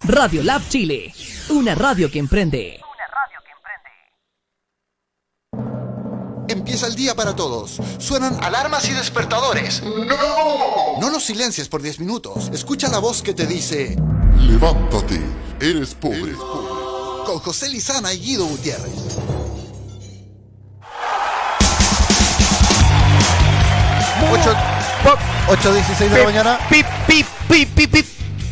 Radio Lab Chile, una radio que emprende. Empieza el día para todos. Suenan alarmas y despertadores. ¡No! No los silencies por 10 minutos. Escucha la voz que te dice Levántate, eres pobre. con José Lizana y Guido Gutiérrez. Ocho- pop, 8.16 de la mañana. Pip, pip, pip, pip, pip,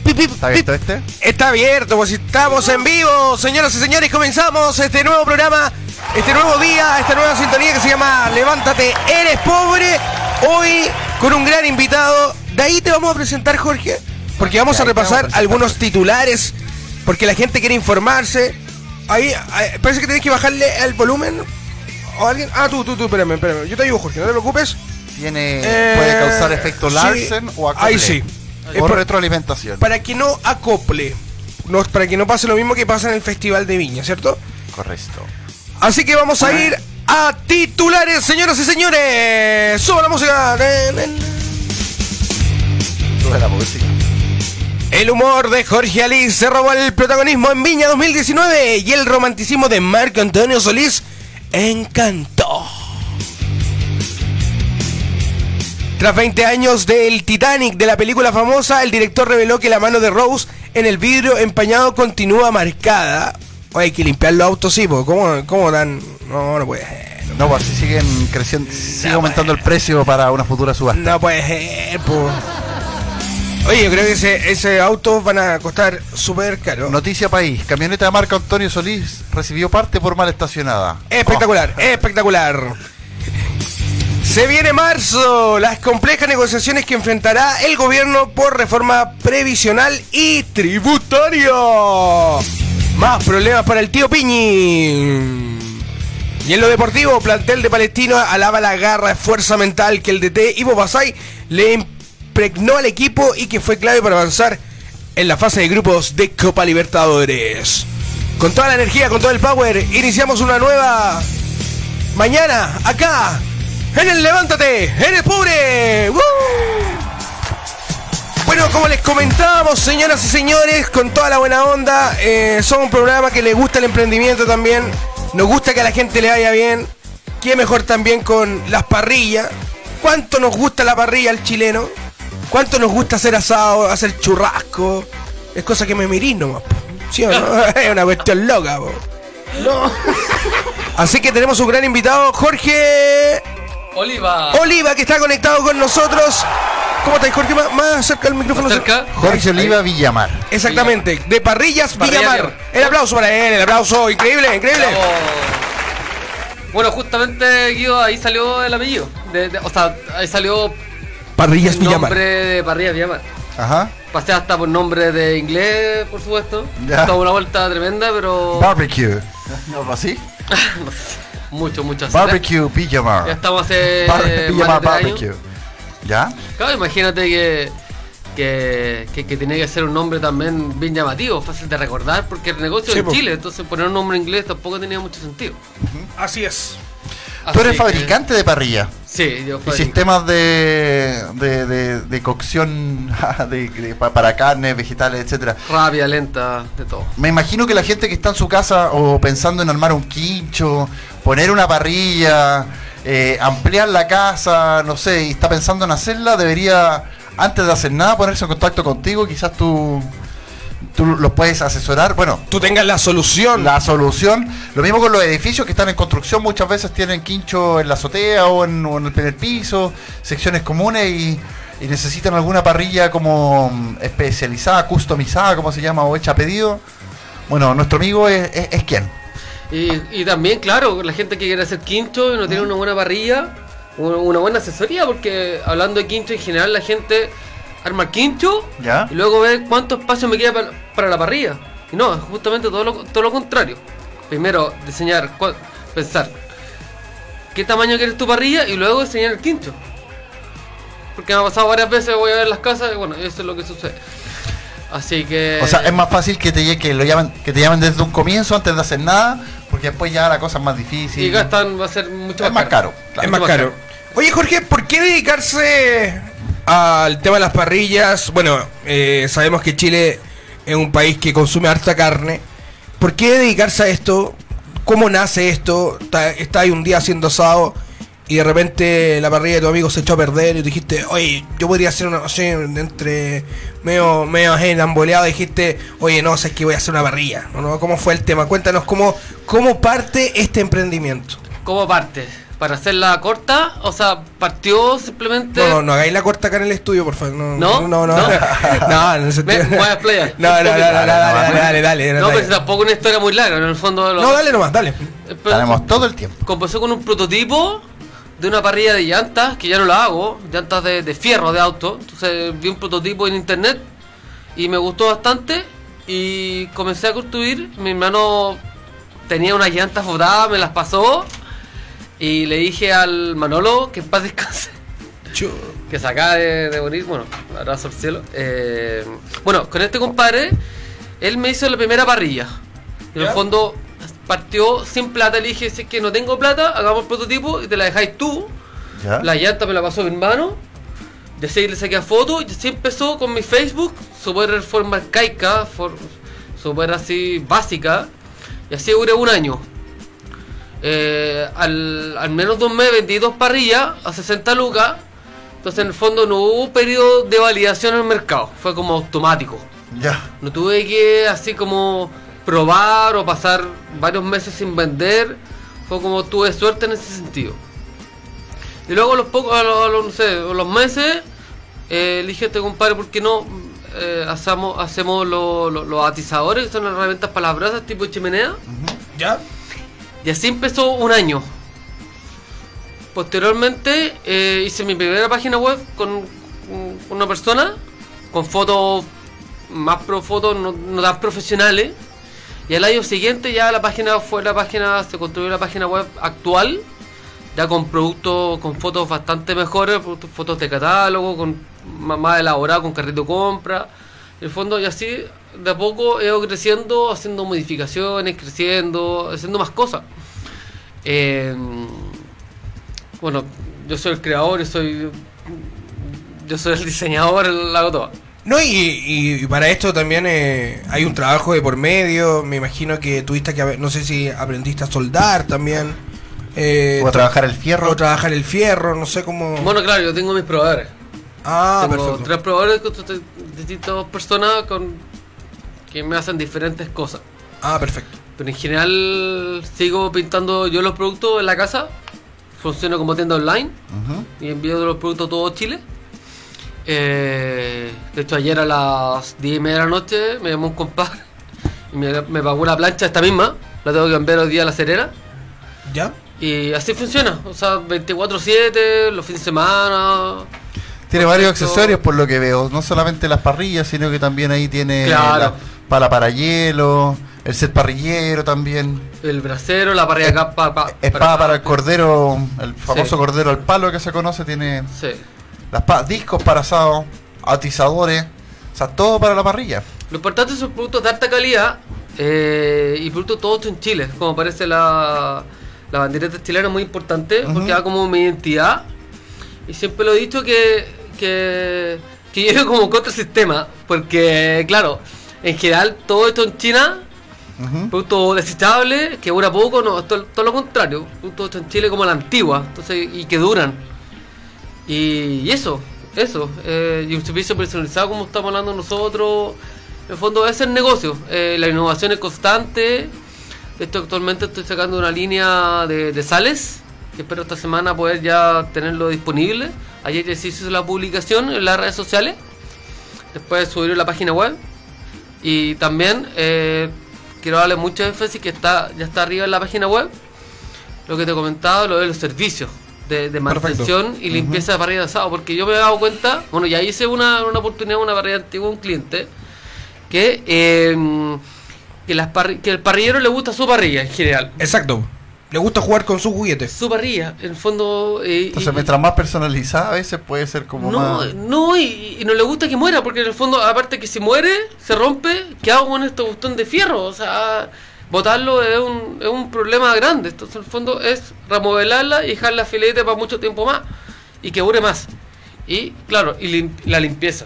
pip, pip, ¿Está pip. abierto este? Está abierto, pues estamos en vivo, señoras y señores, comenzamos este nuevo programa, este nuevo día, esta nueva sintonía que se llama Levántate, eres pobre, hoy con un gran invitado, de ahí te vamos a presentar Jorge, porque vamos De a ahí te vamos a repasar presentar, algunos titulares, porque la gente quiere informarse, ahí, ahí, parece que tenés que bajarle el volumen, o alguien, ah, tú, tú, tú, espérame, espérame, yo te ayudo Jorge, no te preocupes, Tiene, Eh, puede causar efecto sí. Larsen o acople. Ahí sí. O Es por- retroalimentación. para que no acople, no, para que no pase lo mismo que pasa en el Festival de Viña, ¿cierto? Correcto. Así que vamos a ir a titulares, señoras y señores. Suba la música. Sube la música. El humor de Jorge Alí se robó el protagonismo en Viña 2019 y el romanticismo de Marco Antonio Solís encantó. Tras 20 años del Titanic de la película famosa, el director reveló que la mano de Rose en el vidrio empañado continúa marcada. Oye, hay que limpiar los autos, sí, po. ¿cómo, cómo dan? No, no puede ser. No, pues si siguen creciendo, sigue aumentando el precio para una futura subasta. No puede ser, po. Oye, yo creo que ese, ese auto van a costar súper caro. Noticia País. Camioneta de marca Antonio Solís recibió parte por mal estacionada. Espectacular, espectacular. Se viene marzo, las complejas negociaciones que enfrentará el gobierno por reforma previsional y tributaria. Más problemas para el tío Piñi. Y en lo deportivo, plantel de Palestino alaba la garra, fuerza mental que el DT Ivo Basay le impregnó al equipo y que fue clave para avanzar en la fase de grupos de Copa Libertadores. Con toda la energía, con todo el power, iniciamos una nueva mañana acá en el Levántate, en el Pobre. ¡Woo! Bueno, como les comentábamos, señoras y señores, con toda la buena onda, eh, somos un programa que le gusta el emprendimiento también. Nos gusta que a la gente le vaya bien. Qué mejor también con las parrillas. ¿Cuánto nos gusta la parrilla al chileno? ¿Cuánto nos gusta hacer asado, hacer churrasco? Es cosa que me mirís nomás. po. ¿Sí o no? es una cuestión loca, po. Así que tenemos un gran invitado, Jorge Oliva. Oliva, que está conectado con nosotros. ¿Cómo estáis, Jorge? Más, más cerca del micrófono. Más cerca. Oh. Jorge Oliva Villamar. Exactamente, de Parrillas Parrilla Villamar. Villamar. El aplauso para él, el aplauso. Increíble, increíble. Bravo. Bueno, justamente Guido, ahí salió el apellido. De- de- o sea, ahí salió Parrillas el nombre de Parrillas Villamar. Ajá. Pasé hasta por nombre de inglés, por supuesto. Ya. Toda una vuelta tremenda, pero Barbecue. No, pues sí. mucho, mucho azúcar. Barbecue Villamar. Ya estamos hace Bar- eh, Villamar más de tres Barbecue. años. ¿Ya? Claro, imagínate que, que, que, que tenía que ser un nombre también bien llamativo, fácil de recordar, porque el negocio Sí, es en po. Chile, entonces poner un nombre inglés tampoco tenía mucho sentido. Así es. Tú eres Así que- fabricante de parrilla. Sí, Y yo fabricante. sistemas de, de, de, de cocción de, de- pa- para carnes, vegetales, etcétera. Rápida, lenta, de todo. Me imagino que la gente que está en su casa o pensando en armar un quincho, poner una parrilla, eh, ampliar la casa, no sé, y está pensando en hacerla, debería, antes de hacer nada, ponerse en contacto contigo. Quizás tú, tú los puedes asesorar. Bueno, Tú tengas la solución. la solución. Lo mismo con los edificios que están en construcción, muchas veces tienen quincho en la azotea o en, o en el primer piso, secciones comunes y, y necesitan alguna parrilla como mm, especializada, customizada, como se llama, o hecha a pedido. Bueno, nuestro amigo es, es, es quien. Y, y también, claro, la gente que quiere hacer quincho y no tiene una buena parrilla, un- una buena asesoría, porque hablando de quincho en general, la gente arma el quincho ¿Ya? y luego ve cuánto espacio me queda para, para la parrilla. Y no, es justamente todo lo, todo lo contrario. Primero, diseñar, cua- pensar qué tamaño quieres tu parrilla y luego diseñar el quincho. Porque me ha pasado varias veces, voy a ver las casas y bueno, eso es lo que sucede. Así que. O sea, es más fácil que te, lle- que lo llamen, que te llamen desde un comienzo antes de hacer nada, porque después ya la cosa es más difícil. Y gastan, va a ser mucho es más caro. claro. es más caro. Oye, Jorge, ¿por qué dedicarse al tema de las parrillas? Bueno, eh, sabemos que Chile es un país que consume harta carne. ¿Por qué dedicarse a esto? ¿Cómo nace esto? Está, está ahí un día haciendo asado y de repente la parrilla de tu amigo se echó a perder y dijiste, oye, yo podría hacer una, así, entre medio, medio así, enamboleado", y dijiste, oye, no, sé que voy a hacer una parrilla. ¿O ¿no? ¿Cómo fue el tema? Cuéntanos cómo, cómo parte este emprendimiento. ¿Cómo parte? ¿Para hacerla corta? O sea, partió simplemente. No, no, no hagáis la corta acá en el estudio, por favor. No, ¿No? no, no. No, ¿No? no, no se Ve, tiene- voy a explayar. No, no, no, no, no, dale, dale, dale, dale. No, pero dale. tampoco una historia muy larga, en el fondo. lo- No, dale nomás, dale. Eh, pero- Tenemos todo el tiempo. Comenzó con un prototipo de una parrilla de llantas, que ya no la hago, llantas de, de fierro de auto. Entonces vi un prototipo en internet y me gustó bastante y comencé a construir. Mi hermano tenía unas llantas botadas, me las pasó y le dije al Manolo que en paz descanse Chu- que se acaba de, de morir, bueno, abrazo al cielo. Eh, bueno, con este compadre, él me hizo la primera parrilla. En el ¿Ya? fondo partió sin plata, le dije, si es que no tengo plata, hagamos el prototipo y te la dejáis tú. ¿Ya? La llanta me la pasó mi hermano. De ahí le saqué a foto y así empezó con mi Facebook, súper de forma arcaica, for- súper así básica. Y así duré un año. Eh, al, al menos dos meses vendí dos parrillas a 60 lucas. Entonces en el fondo no hubo un periodo de validación en el mercado. Fue como automático. Ya. No tuve que así como probar o pasar varios meses sin vender. Fue como tuve suerte en ese sentido. Y luego a los pocos, a los, a los, no sé, a los meses, eh, le dije a este compadre, ¿por qué no eh, hacemos, hacemos lo- lo- los atizadores, que son las herramientas para las brasas tipo chimenea? ¿Ya? Y así empezó un año. Posteriormente eh, hice mi primera página web con un- una persona, con fotos más pro fotos, no, no tan profesionales. Y al año siguiente ya la página fue la página, se construyó la página web actual, ya con productos, con fotos bastante mejores, productos- fotos de catálogo, con ma- más elaborado, con carrito de compra. En el fondo, y así de a poco he ido creciendo, haciendo modificaciones, creciendo, haciendo más cosas. Eh, bueno, yo soy el creador, yo soy, yo soy el diseñador, el- la hago todo. No, y, y- y para esto también eh, hay un trabajo de por medio. Me imagino que tuviste que, haber- no sé si aprendiste a soldar también. Eh, Voy a trabajar el fierro. o trabajar el fierro, no sé cómo. Bueno, claro, yo tengo mis proveedores. ah, tengo perfecto. tres proveedores con tres- distintas personas con, que me hacen diferentes cosas. Ah, perfecto. Pero en general sigo pintando yo los productos en la casa. Funciona como tienda online y envío los productos a todo Chile. Eh, de hecho, ayer a las 10 y media de la noche me llamó un compadre y me, me pagó la plancha esta misma. La tengo que cambiar hoy día a la serena. ¿Ya? Y así funciona. O sea, 24-7, los fines de semana. Tiene varios Perfecto. accesorios por lo que veo, no solamente las parrillas, sino que también ahí tiene Claro. la pala para hielo, el set parrillero también, El brasero, la parrilla acá. Pa, pa- espada para el cordero, el famoso Sí. cordero al palo que se conoce, tiene Sí. las pa- discos para asado, atizadores, o sea, todo para la parrilla. Lo importante son productos de alta calidad eh, y productos todos hechos en Chile. Como parece la, la bandereta chilena es muy importante porque da como mi identidad. Y siempre lo he dicho que, que, que yo era como contra el sistema. Porque, claro, en general todo esto en China, Ujú. productos desechables, que dura poco, no, todo, todo lo contrario. Productos hechos en Chile como la antigua entonces, y que duran. Y, y eso, eso. eh, y un servicio personalizado como estamos hablando nosotros. En el fondo ese es el negocio. eh, la innovación es constante. De hecho, actualmente estoy sacando una línea de, de sales. Que espero esta semana poder ya tenerlo disponible. Ayer ya se hizo la publicación en las redes sociales. Después subirlo a la página web. Y también eh, quiero darle mucho énfasis que está ya está arriba en la página web. Lo que te comentaba, lo de los servicios de, de manutención y limpieza de parrilla de asado. Porque yo me he dado cuenta, bueno, ya hice una, una oportunidad, una parrilla antigua, un cliente, que, eh, que, las parri- que el parrillero le gusta su parrilla en general. Exacto. Le gusta jugar con sus juguetes. Su parrilla, en el fondo. eh, Entonces, y- mientras más personalizada a veces puede ser como no, más... no, y, y no le gusta que muera, porque en el fondo, aparte que si muere, se rompe, ¿qué hago con este botón de fierro? O sea, botarlo es un, es un problema grande. Entonces, en el fondo, es remodelarla y dejarla filete para mucho tiempo más y que dure más. Y, claro, y lim- la limpieza.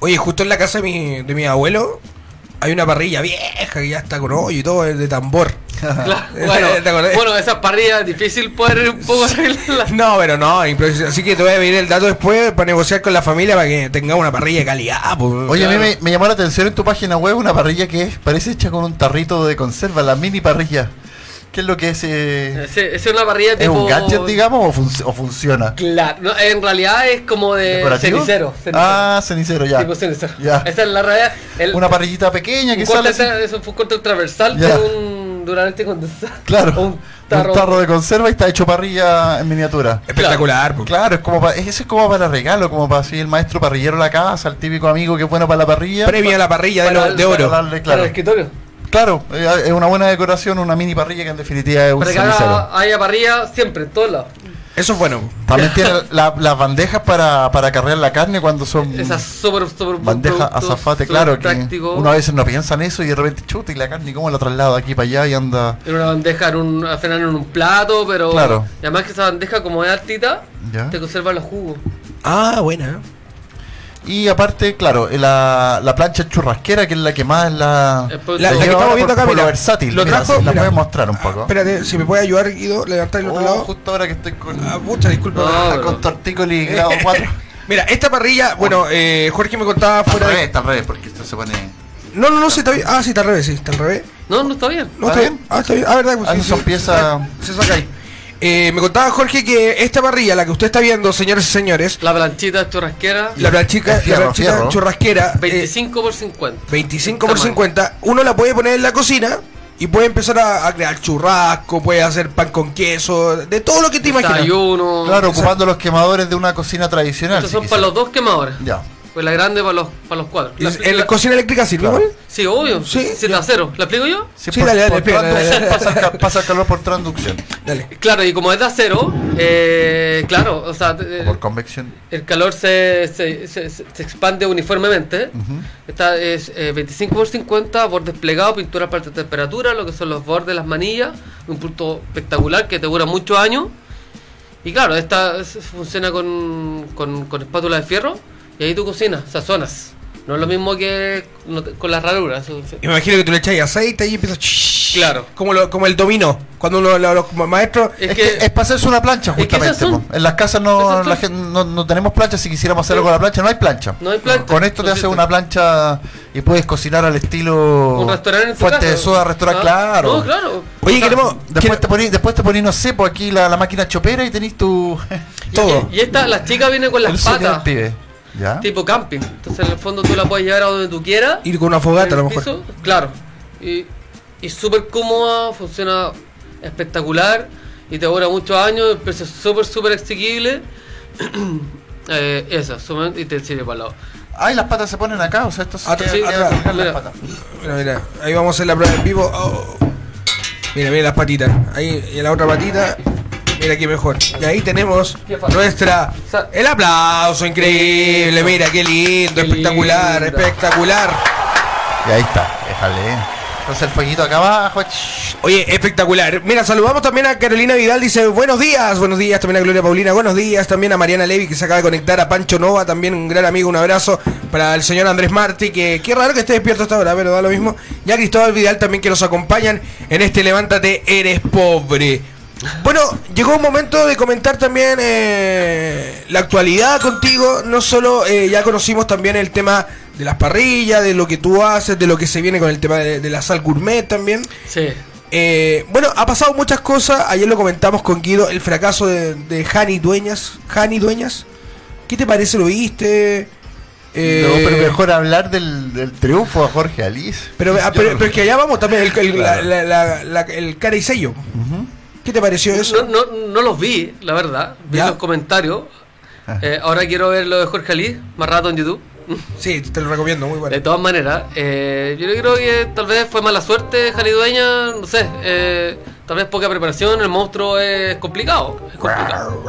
Oye, justo en la casa de mi, de mi abuelo Hay una parrilla vieja que ya está con hoyo y todo, es de tambor. Claro, ¿Te bueno, acordás? bueno, esas parrillas es difícil poder un poco arreglarlas. No, pero no, improvisa- así que te voy a pedir el dato después para negociar con la familia para que tengamos una parrilla de calidad. po. Oye, a mí me, me llamó la atención en tu página web una parrilla que es- parece hecha con un tarrito de conserva, la mini parrilla. ¿Qué es lo que es? eh? Ese- esa es una parrilla ¿Es tipo. un gadget, digamos, o, func- o funciona? Claro, no, en realidad es como de ¿Decorativo? Eh, cenicero. cenicero. Ah, cenicero, ya. Tipo cenicero. Ya. Esa es la realidad. El- Una parrillita pequeña un que corte sale. así. tra- Es un corte transversal Ya. de un durante condensado. Claro, Un tarro. de conserva y está hecho parrilla en miniatura. Eh, Espectacular, po. Claro, es como pa- eso es como para regalo, como para así el maestro parrillero de la casa, el típico amigo que es bueno para la parrilla. Premia a la parrilla de, Para lo- el- de Para oro. darle, Para claro, el escritorio. claro, eh, es una buena decoración, una mini parrilla que en definitiva es un Para que haga- cenicero. haya parrilla siempre, en todos lados. Eso es bueno. También tiene la- las bandejas para, para cargar la carne cuando son Esa súper, súper bandejas producto, Mm. azafate, súper claro, que práctico. uno a veces no piensa en eso y de repente chuta y la carne, ¿cómo la traslado de aquí para allá y anda? En una bandeja, en un, al final en un plato, pero. Claro. Y además que esa bandeja, como es altita, Ya. te conserva los jugos. Ah, buena. Y aparte, claro, la, la plancha churrasquera, que es la que más la... Es por- La, la Lo que lleva estamos ahora viendo por- acá, por mira. lo versátil. Lo Mira, trajo. sí, la mira. puedes mostrar un Ah, poco. espérate, si me puede ayudar, Guido, levantar el otro Oh, lado. justo ahora que estoy con, Ah, Eh. pucha, disculpa. No, ah, pero- con tortícoli grado 4. Mira, esta parrilla, bueno, eh, Jorge me contaba Está al fuera revés, de... está al revés, porque esto se pone... No, no, no, sí, está bien. Ah, sí, está al revés, sí, está al revés. No, no está bien. No, está ¿Está bien? bien. Ah, está bien. Ah, verdad. Ah, esas son piezas- Se saca ahí. Eh, me contaba Jorge que esta parrilla, la que usted está viendo, señores y señores, La planchita churrasquera, la planchica, Es la fierro, planchica fierro. churrasquera, eh, 25 por 50. 25 por Tamaño. 50, uno la puede poner en la cocina y puede empezar a, a crear churrasco, puede hacer pan con queso, de todo lo que te imaginas. Desayuno. Claro, ocupando los quemadores de una cocina tradicional. Estos si son para quisieras. los dos quemadores. Ya. Pues la grande para los, para los cuatro. ¿Y La- ¿En la- la cocina eléctrica sirve Claro. igual? sí, obvio. Sí, Sí, Z cero. ¿La explico yo? Sí, dale, dale, explica, dale, transducción dale. Pasa, el ca- pasa el calor por transducción. Dale. Claro, y como es de acero, eh, claro, o sea, O eh, por convección. el calor se, se, se- se expande uniformemente. Esta es eh, 25 por 50, bordes plegados, pintura para alta temperatura, lo que son los bordes, las manillas, un punto espectacular que te dura muchos años. Y claro, esta es- funciona con, con, con espátula de fierro y ahí tú cocinas, sazonas. No es lo mismo que no te- con las raruras. eso- Y Me imagino que tú le echáis aceite y empiezas... shhh, Claro. Como, lo- como el dominó, cuando uno, lo- los maestros... Es Es, que- que, es para hacerse una plancha, que esas justamente. son- po. en las casas no, esas son- la gente- no, no tenemos plancha. Si quisiéramos hacerlo con la plancha, no hay plancha. No hay plancha. Con esto te No haces existe. una plancha y puedes cocinar al Oh, estilo. Un restaurante en tu Fuente casa. de soda, restaurante, Ah, claro. No, claro. Oye, O sea, queremos... Después quiero- te, poní, después te poní, no sé, por aquí la, la máquina chopera y tenés tu. Todo. Y esta, la chica viene con el las sueño del patas. pibe. ¿Ya? Tipo camping. Entonces en el fondo tú la puedes llevar a donde tú quieras. ¿Ah? Ir con una fogata a en lo el mejor. piso, claro. Y, y súper cómoda, funciona espectacular y te dura muchos años, el precio es súper, súper asequible. eh, esa, sumen- y te sirve para el lado. Ay, las patas se ponen acá, o sea, esto se Atrás, queda- atrás, queda colgar las Ah, mira. patas. Mira, mira, ahí vamos a hacer la prueba en vivo. Oh. Mira, mira las patitas. Ahí, y la otra patita. Mira qué mejor. Y ahí tenemos Qué fácil. nuestra. Sa- El aplauso increíble. Mira qué lindo, Qué espectacular, lindo. espectacular. Y ahí está, déjale. Entonces el fueguito acá abajo. ch- Oye, espectacular. Mira, saludamos también a Carolina Vidal, dice buenos días, buenos días también a Gloria Paulina, buenos días también a Mariana Levy que se acaba de conectar, a Pancho Nova, también un gran amigo, un abrazo para el señor Andrés Martí, que qué raro que esté despierto hasta ahora, pero da lo mismo. Y a Cristóbal Vidal también que nos acompañan en este Levántate, eres pobre. Bueno, llegó un momento de comentar también eh, la actualidad contigo, no solo eh, ya conocimos también el tema de las parrillas, de lo que tú haces, de lo que se viene con el tema de- de la sal gourmet también. Sí. Eh, bueno, ha pasado muchas cosas. Ayer lo comentamos con Guido, el fracaso de, de Jani Dueñas. Jani Dueñas, ¿qué te parece? ¿Lo viste? Eh, no, pero mejor hablar del, del triunfo a Jorge Alice. Pero, ah, pero- pero es que allá vamos también, el, el- Claro. la- la- la- la- el cara y sello. ¿Qué te pareció No, eso? no, no los vi, la verdad. Vi Ya. Ah. los comentarios. Eh, ahora quiero ver lo de Jorge Ali, más rato en YouTube. Sí, te lo recomiendo, muy De bueno. todas maneras, eh, yo creo que tal vez fue mala suerte Jani Dueña, no sé, eh, tal vez poca preparación, el monstruo es complicado, es complicado.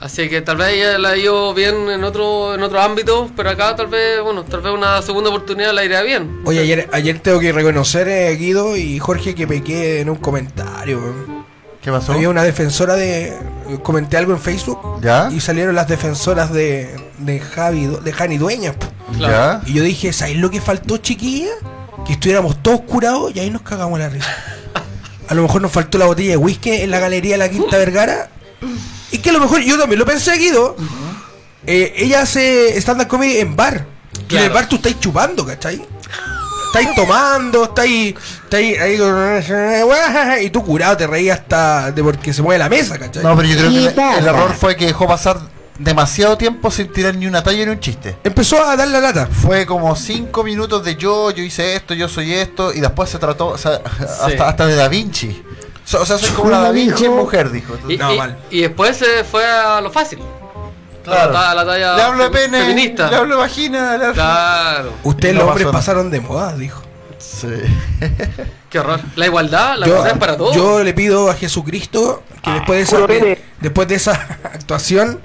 Así que tal vez ella la dio bien en otro, en otro ámbito, pero acá tal vez, bueno, tal vez una segunda oportunidad la iría bien. Oye, ayer, ayer tengo que reconocer, eh, Guido y Jorge, que pequé en un comentario. weón. ¿Qué pasó? Había una defensora de. Comenté algo en Facebook. ¿Ya? Y salieron las defensoras de, de, Javi, Du- de Jani Dueñas. po. Claro. Y yo dije, ¿sabes lo que faltó, chiquilla? Que estuviéramos todos curados y ahí nos cagamos la risa. A lo mejor nos faltó la botella de whisky en la galería de la Quinta Vergara. Y que a lo mejor yo también lo pensé, Guido. Eh, ella hace stand-up comedy en bar. Y en el Claro. bar tú estáis chupando, ¿cachai? Estáis tomando, estáis. Estáis ahí. con- Y tú curado te reías hasta de porque se mueve la mesa, ¿cachai? No, pero yo creo que el, Quita. el error fue que dejó pasar demasiado tiempo sin tirar ni una talla ni un chiste. Empezó a dar la lata. Fue como cinco minutos de yo, yo hice esto, yo soy esto, y después se trató o sea, hasta, hasta de Da Vinci. So- o sea, soy como una Da Vinci en mujer, dijo. Y, No, y- mal. y después se fue a lo fácil. Claro. A la, talla le hablo de fem- pene, feminista. le hablo de vagina. le hablo- Claro. Ustedes Y no los hombres pasó nada. pasaron de moda, dijo. Sí. Qué horror. La igualdad, la igualdad es para todos. yo le pido a Jesucristo que después de esa de- después de esa actuación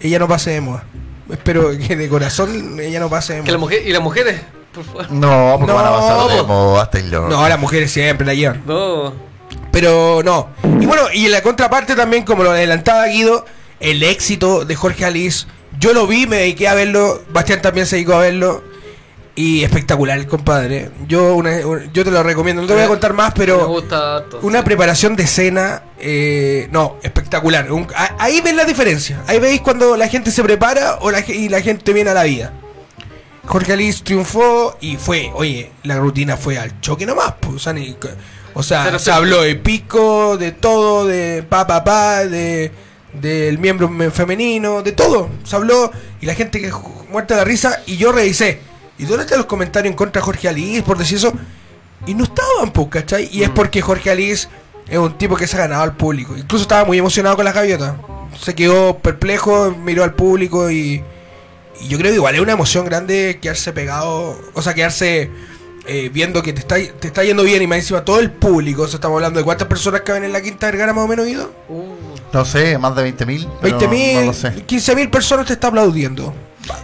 ella no pase de moda. Espero que de corazón ella no pase de que la moda. mujer, y las mujeres, por favor. No, porque No, van a pasar de po. moda, este estáis locos. No, las mujeres siempre la llevan. No. Pero no. Y bueno, y en la contraparte también, como lo adelantaba Guido, el éxito de Jorge Alice. Yo lo vi, me dediqué a verlo. Bastián también se dedicó a verlo. Y espectacular, compadre. Yo, una- un- yo te lo recomiendo. No te voy a contar más, pero. Eh, Me gusta harto. Una preparación de escena, eh, no, espectacular. Un- a- ahí ven la diferencia. Ahí veis cuando la gente se prepara o la ge- y la gente viene a la vida. Jorge Alice triunfó y fue, oye, la rutina fue al choque nomás. pues, o sea, ni- o sea, Cero se cero. habló de pico, de todo, de pa pa pa, de del miembro me- femenino, de todo. Se habló y la gente que ju- muerta de la risa y yo revisé. Y durante los comentarios en contra de Jorge Alice por decir eso. Y no estaban, pues, ¿cachai? Y es porque Jorge Alice es un tipo que se ha ganado al público. Incluso estaba muy emocionado con las gaviotas. Se quedó perplejo, miró al público y, y yo creo que igual es una emoción grande quedarse pegado, o sea, quedarse eh, viendo que te está, te está yendo bien y más encima todo el público. O sea, estamos hablando de cuántas personas caben en la Quinta Vergara más o menos, Guido. Uh. No sé, más de 20.000. pero 20.000, No, lo sé. 15.000 personas te está aplaudiendo.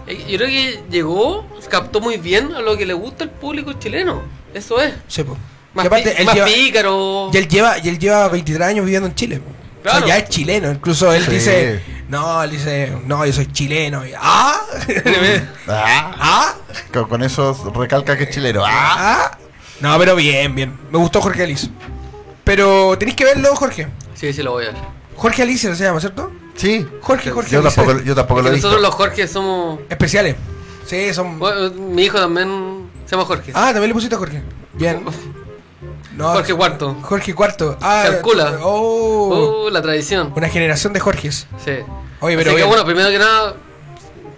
Eh, Yo creo que llegó, captó muy bien a lo que le gusta al público chileno. Eso es. Sí, po. Más, y aparte, pi- él más lleva, pícaro. y él lleva, y él lleva 23 años viviendo en Chile. O Claro. sea, ya es chileno. Incluso él Sí. dice, no, él dice, no, yo soy chileno. Y, ah, Ah, ah, con, con eso recalca que es chileno. Ah. ah. No, pero bien, bien. Me gustó Jorge Alice. Pero tenéis que verlo, Jorge. Sí, sí, lo voy a ver. Jorge Alicia se llama, ¿cierto? Sí. Jorge, Jorge. Yo Alicia. tampoco, yo tampoco Porque lo he visto. nosotros los Jorge somos. Especiales. Sí, son. Bueno, mi hijo también se llama Jorge. Ah, también le pusiste a Jorge. Bien. No, Jorge Cuarto. Jorge Cuarto. Ah, Calcula. Oh. Uh, la tradición. Una generación de Jorges. Sí. Oye, pero Así que, bien. bueno, primero que nada,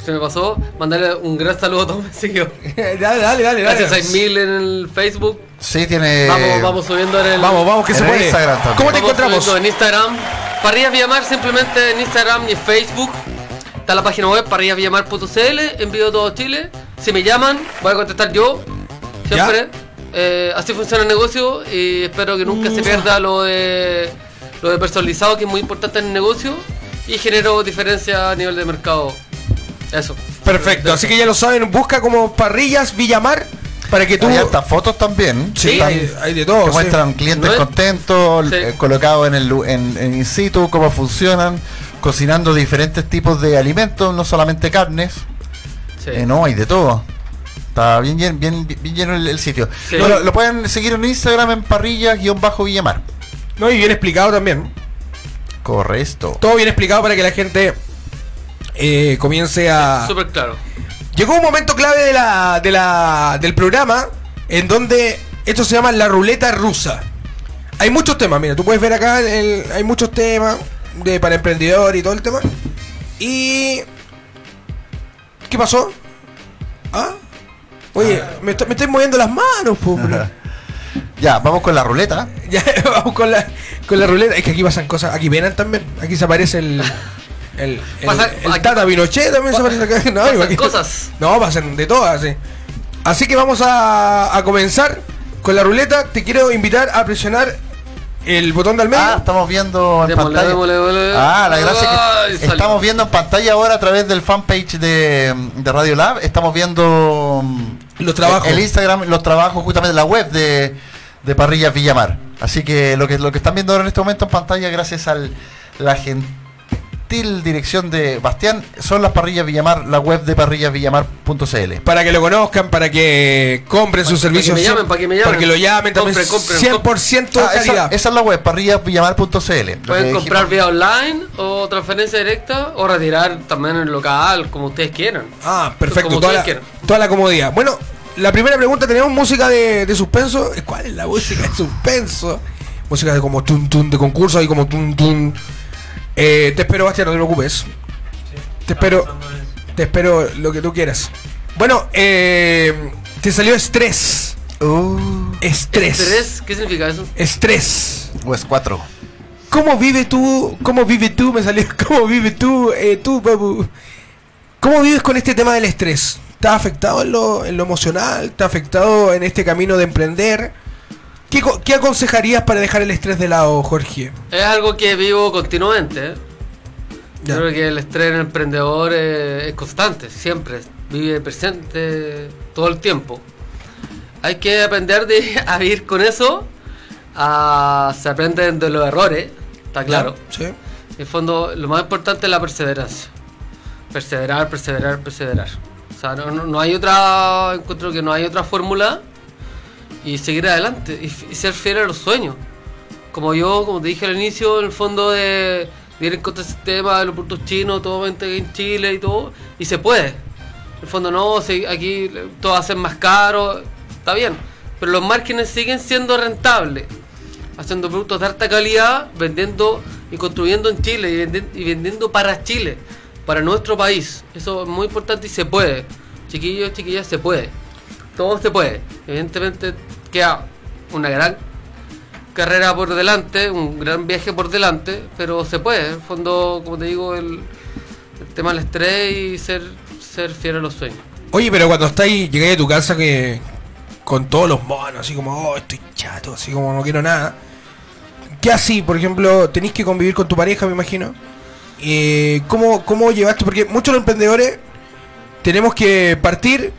se me pasó mandarle un gran saludo a todos mis seguidores. dale, dale, dale. Gracias dale. 6000 en el Facebook. Sí, tiene. Vamos, vamos subiendo en el. Vamos, vamos, que En se el puede. Instagram también. ¿Cómo te Vamos encontramos? subiendo En Instagram. Parrillas Villamar, simplemente en Instagram y en Facebook. Está la página web parrillasvillamar.cl. Envío a todo Chile. Si me llaman, voy a contestar yo. Siempre. Eh, así funciona el negocio y espero que nunca se pierda lo de lo de personalizado que es muy importante en el negocio y genero diferencia a nivel de mercado. Eso. Perfecto. Así que ya lo saben, busca como parrillas Villamar para que tú. Hay hartas fotos también. Sí, Están- hay, hay de que todo. sí. muestran clientes No es- contentos, Sí. eh, colocados en, el, lu- en, en in situ, cómo funcionan, cocinando diferentes tipos de alimentos, no solamente carnes. Sí. Eh, no, hay de todo. Está bien, llen- bien, bien lleno el, el sitio. Sí. No, lo, lo pueden seguir en Instagram en parrilla-villamar. No, y bien explicado también. Correcto. Todo bien explicado para que la gente eh, comience a. Súper claro. Llegó un momento clave de la, de la, del programa en donde esto se llama la ruleta rusa. Hay muchos temas, mira, tú puedes ver acá, el- hay muchos temas de, para emprendedor y todo el tema. Y... ¿Qué pasó? ¿Ah? Oye, me, estoy- me estoy moviendo las manos, po, bro. Ya, vamos con la ruleta. Ya, vamos con la, con la ruleta. Es que aquí pasan cosas, aquí venan también. Aquí se aparece el... El, el, Pasa- el aquí- Tata Pinochet también se pa- aparece acá. No, pasan imagínate. cosas. No, pasan de todas, sí. Así que vamos a, a comenzar con la ruleta. Te quiero invitar a presionar el botón del medio. Ah, estamos viendo en Démosle, pantalla. démosle, démosle. Ah, la gracia Ay, es que salió. estamos viendo en pantalla ahora a través del fanpage de, de Radio Lab. Estamos viendo mm, Los trabajos. El Instagram, los trabajos justamente la web de, de Parrillas Villamar. Así que lo que lo que están viendo ahora en este momento en pantalla gracias al la gen- gentil dirección de Bastián son las parrillas Villamar, la web de parrillasvillamar.cl. Para que lo conozcan, para que compren sus para que servicios. me llamen, cien- para que me llamen. Para que lo llamen también. Compren, compren, 100% Ah, esa, calidad. esa es la web, parrillasvillamar.cl. lo que Pueden comprar dijimos. vía online o transferencia directa o retirar también en el local, como ustedes quieran. Ah, perfecto. Como Toda ustedes la, quieran. toda la comodidad. Bueno, la primera pregunta, ¿tenemos música de, de suspenso? Eh, ¿Cuál es la música de suspenso? Música de como tun tun de concurso y como tun tun. Eh, te espero, Bastián, no te preocupes. Te espero. Te espero lo que tú quieras. Bueno, eh, te salió estrés. Uh, Estrés. ¿Tres? ¿Qué significa eso? Estrés. Web 4. ¿Cómo vives tú? ¿Cómo vives tú? Me salió. ¿Cómo vives tú? Eh, tú, papu. ¿Cómo vives con este tema del estrés? ¿Te ha afectado en lo, en lo emocional? ¿Te ha afectado en este camino de emprender? ¿Qué, co- qué aconsejarías para dejar el estrés de lado, Jorge? Es algo que vivo continuamente. ¿eh? Yo Ya. Creo que el estrés en el emprendedor es, es constante, siempre. Vive presente todo el tiempo. Hay que aprender de, a vivir con eso. a- se aprenden de los errores, está claro. Sí. En el fondo, lo más importante es la perseverancia. Perseverar, perseverar, perseverar. O sea, no, no- no hay otra, encuentro que no hay otra fórmula y seguir adelante y, f- y ser fiel a los sueños. Como yo, como te dije al inicio, en el fondo de, de ir en contra del sistema, de los productos chinos, todo vente en Chile y todo, y se puede. En el fondo no, si aquí todo va a ser más caro, está bien, pero los márgenes siguen siendo rentables haciendo productos de alta calidad, vendiendo y construyendo en Chile y, vendi- y vendiendo para Chile, para nuestro país. Eso es muy importante y se puede. Chiquillos, chiquillas, se puede. Todo se puede. Evidentemente queda una gran carrera por delante, un gran viaje por delante, pero se puede. En el fondo, como te digo, el, el tema del estrés y ser, ser fiel a los sueños. Oye, pero cuando estáis, llegáis a tu casa que con todos los monos, así como, oh, estoy chato, así como no quiero nada. ¿Qué así? Por ejemplo, tenéis que convivir con tu pareja, me imagino. Eh, ¿cómo, ¿Cómo llevaste? Porque muchos de los emprendedores tenemos que partir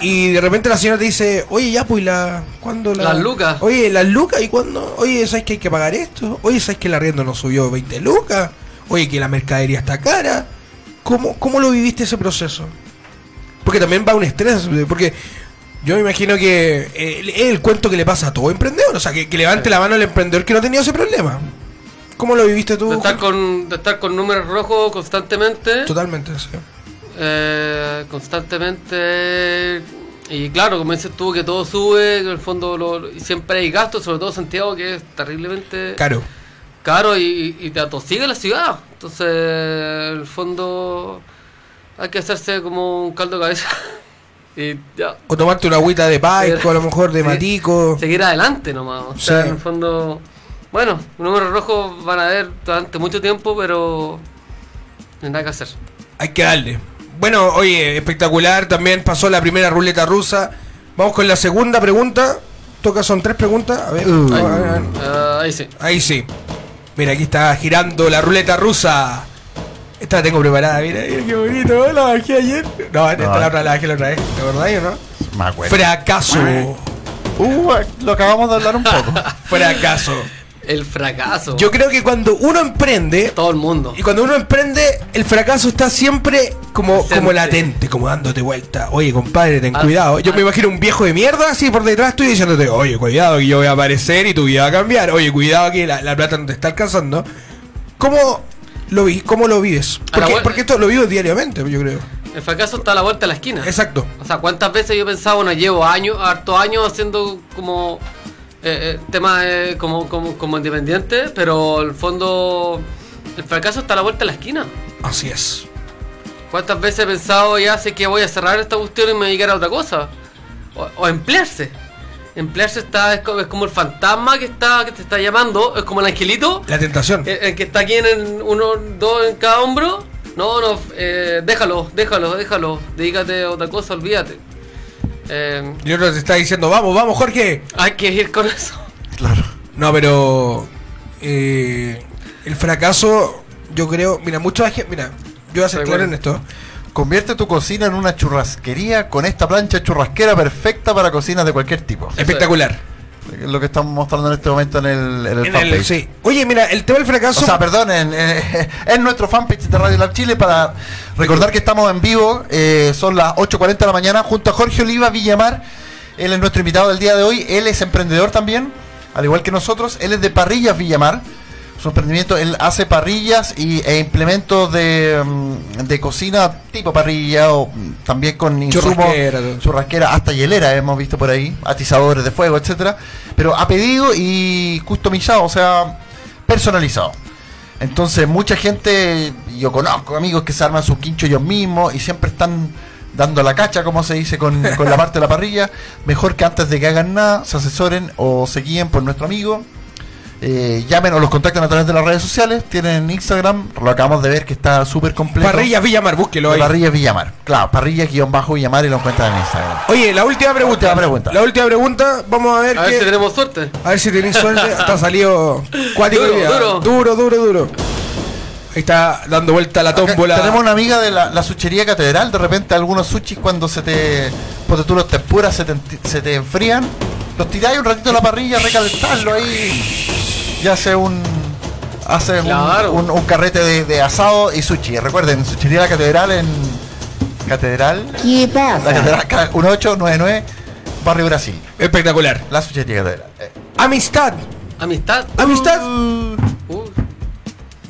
y de repente la señora te dice, oye, ya, pues, la, ¿cuándo la...? Las lucas. Oye, las lucas, ¿y cuándo? Oye, ¿sabes que hay que pagar esto? Oye, ¿sabes que el arriendo nos subió 20 lucas? Oye, que la mercadería está cara. ¿Cómo, cómo lo viviste ese proceso? Porque también va un estrés, eh, porque yo me imagino que eh, es el cuento que le pasa a todo emprendedor, o sea, que, que levante la mano el emprendedor que no ha tenido ese problema. ¿Cómo lo viviste tú? De estar con, de estar con números rojos constantemente. Totalmente, sí. Eh, constantemente. Y claro, como dices tú, que todo sube, que en el fondo lo- y siempre hay gastos, sobre todo Santiago, que es terriblemente Caro. caro y, y te atosiga la ciudad. Entonces, en el fondo, hay que hacerse como un caldo de cabeza. y ya. Eh, O tomarte una agüita de paico, a lo mejor de Sí. matico. Seguir adelante nomás. O sea, Sí. en el fondo, bueno, números rojos van a haber durante mucho tiempo, pero no hay nada que hacer. Hay que darle. Bueno, oye, espectacular. También pasó la primera ruleta rusa. Vamos con la segunda pregunta. Toca, son tres preguntas. A ver. Uh. a ver, a ver. Ah, ahí sí. Ahí sí. Mira, aquí está girando la ruleta rusa. Esta la tengo preparada, mira, mira qué bonito, ¿eh? la bajé ayer. No, esta No. la otra la bajé la otra vez, ¿te acordáis o no? Más web. Fracaso. Uh, lo acabamos de hablar un poco. Fracaso. El fracaso. Yo creo que cuando uno emprende, todo el mundo. y cuando uno emprende, el fracaso está siempre como, Presente. como latente, como dándote vuelta. Oye, compadre, ten Ah, cuidado. Yo ah. me imagino un viejo de mierda así por detrás tú diciéndote, oye, cuidado que yo voy a aparecer y tu vida va a cambiar. Oye, cuidado que la, la plata no te está alcanzando. ¿Cómo lo, vi, cómo lo vives? A la Porque, vuel- porque esto lo vivo diariamente, yo creo. El fracaso está a la vuelta de la esquina. Exacto. O sea, ¿cuántas veces yo pensaba, bueno, llevo años, harto años haciendo como eh, eh, temas eh, como, como, como independiente, pero en el fondo el fracaso está a la vuelta de la esquina. Así es. ¿Cuántas veces he pensado ya sé que voy a cerrar esta cuestión y me voy a dedicar a otra cosa? O, o emplearse. Emplearse está, es, como, es como el fantasma que está que te está llamando, es como el angelito, La tentación. el, el que está aquí en el- uno, dos en cada hombro. No, no, eh, déjalo, déjalo, déjalo. Dedícate a otra cosa, olvídate. Eh, Y otro te está diciendo, vamos, vamos, Jorge. hay que ir con eso. claro. No, pero eh, el fracaso, yo creo, mira, mucha gente, mira, yo voy a ser claro en esto. Convierte tu cocina en una churrasquería con esta plancha churrasquera perfecta para cocinas de cualquier tipo. Espectacular. Lo que estamos mostrando en este momento en el, en En el el- fanpage. sí. Oye, mira, el tema del O fracaso. sea, perdón, en, eh, en nuestro fanpage de Radio Lab Chile para recordar que estamos en vivo, eh, son las 8.40 de la mañana, junto a Jorge Oliva Villamar, él es nuestro invitado del día de hoy, él es emprendedor también, al igual que nosotros, él es de Parrillas Villamar, su emprendimiento, él hace parrillas y, e implementos de, mm, de cocina tipo parrilla o mm, también con insumos Churrasquera, todo. churrasquera, hasta hielera hemos visto por ahí, atizadores de fuego, etcétera, pero a pedido y customizado, o sea, personalizado. Entonces, mucha gente, yo conozco amigos que se arman su quincho ellos mismos y siempre están dando la cacha, como se dice, con, con la parte de la parrilla. Mejor que antes de que hagan nada, se asesoren o se guíen por nuestro amigo. Eh, llamen o los contactan a través de las redes sociales. Tienen Instagram, lo acabamos de ver que está súper completo. Parrillas Villamar, búsquelo De ahí. Parrilla Villamar. Claro, parrilla guión bajo Villamar y lo encuentran en Instagram. Oye, la última pregunta. última pregunta. La última pregunta, vamos a ver, A ver qué- si tenemos suerte. a ver si tenés suerte. Hasta salido cuático Duro, hoy día. duro. duro, duro, duro. Ahí está dando vuelta la tómbola. Tenemos una amiga de la, la suchería catedral, de repente algunos sushis cuando se te. Porque tú los tempuras, se te, enti- se te enfrían, los tiráis un ratito a la parrilla, recalentarlo ahí. Y hace un. Hace un- Claro. un, un carrete de, de asado y sushi. Recuerden, suchería la catedral en. Catedral. ¿Qué La pasa? catedral ca- 1899, Barrio Brasil. Espectacular. La suchería catedral. Eh, Amistad. Amistad. Amistad. Uh,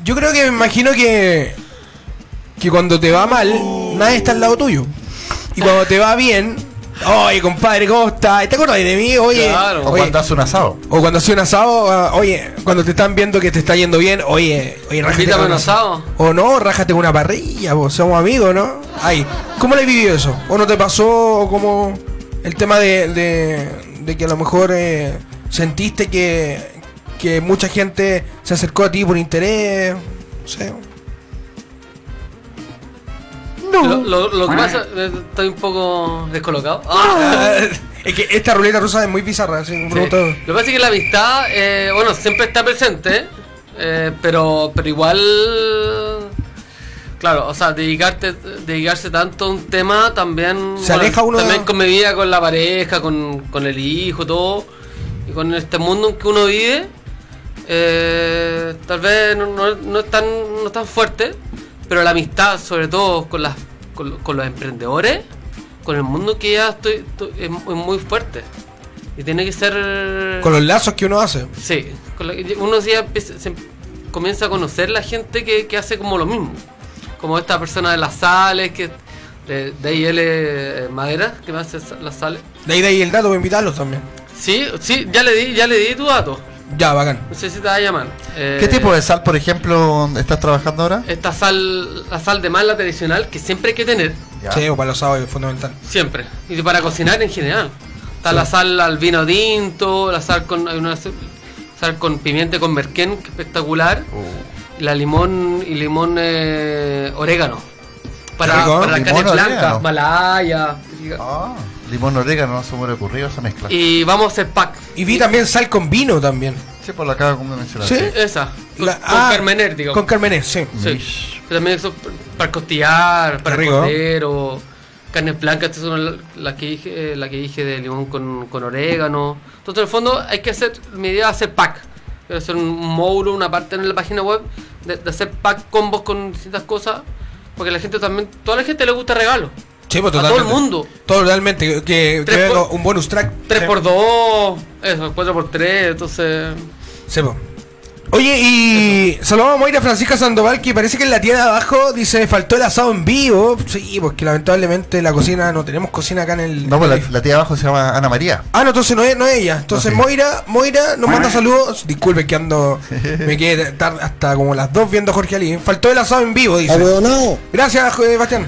Yo creo que me imagino que. Que cuando te va mal, nadie está al lado tuyo. Y cuando te va bien. Oye, compadre, ¿cómo estás? ¿Te acuerdas de mí? Oye. Claro. o oye, cuando hace un asado. O cuando hacía un asado, ah, oye, cuando te están viendo que te está yendo bien, oye, oye, rájate Invítame con un una- asado. O no, rájate con una parrilla, vos, somos amigos, ¿no? Ay, ¿cómo le has vivido eso? ¿O no te pasó o como el tema de, de- de que a lo mejor eh, sentiste que, que mucha gente se acercó a ti por interés? No sé. Lo, lo- lo que pasa, eh, estoy un poco descolocado. Ah, es que esta ruleta rusa es muy bizarra, así, me Sí. pregunto. Lo que pasa es que la amistad, eh, bueno, siempre está presente, eh, pero, pero igual. Claro, o sea, dedicarte, dedicarse tanto a un tema también. Se aleja uno de- También con mi vida, con la pareja, con, con el hijo, todo. Y con este mundo en que uno vive, eh, tal vez no, no- no es tan, no es tan fuerte, pero la amistad, sobre todo con, las, con, lo- con los emprendedores, con el mundo que ya estoy, estoy- es, es muy fuerte. Y tiene que ser. Con los lazos que uno hace. Sí, con la- uno sí empieza- se comienza a conocer la gente que, que hace como lo mismo. Como esta persona de las sales, que de, de IL eh, Madera, que me hace sa- las sales. De ahí, de ahí el dato, voy a invitarlos también. Sí, sí, ya le di, ya le di tu dato. Ya, bacán. No sé si te va a llamar. Eh, ¿Qué tipo de sal, por ejemplo, estás trabajando ahora? Esta sal, la sal de mar, la tradicional, que siempre hay que tener. Ya. Sí, o para los sábados es fundamental. Siempre. Y para cocinar en general. Está la sal al vino tinto, la sal con hay una sal con pimienta con merquén, que es espectacular. Oh. La limón y limón eh, orégano. Qué Para, rico, para las limón, carnes blancas, orégano. malaya. Ah, limón orégano, no se me hubiera ocurrido esa mezcla. Y vamos a hacer pack. Y vi también sal con vino también. Sí, por la cara como mencionaste. Sí. Esa. Con, La- con ah, Carmener, digo. Con Carmener, sí. Sí. Pero también eso p- para costillar, para rico. cordero, carnes blancas, estas son la- las que dije, eh, la que dije de limón con, con orégano. Entonces, en el fondo, hay que hacer, mi idea es hacer pack. Quiero hacer un módulo, una parte en la página web de, de hacer pack combos con distintas cosas, porque la gente también, toda la gente le gusta regalos. Sí, pues, A todo totalmente. el mundo. Totalmente. Que, que Tres venga por- un bonus track. 3x2, eso, 4x3, entonces... Sí, po. Oye, y saludamos a ir a Francisca Sandoval, que parece que en la tienda de abajo dice, faltó el asado en vivo. Sí, porque lamentablemente la cocina, no tenemos cocina acá en el... No, pues la, la tía abajo se llama Ana María. Ah, no, entonces no es, no es ella. Entonces No, sí. Moira, Moira nos manda saludos. Disculpe que ando, me quedé tarde hasta como las dos viendo a Jorge Ali. Faltó el asado en vivo, dice. no. Gracias, eh, Bastián.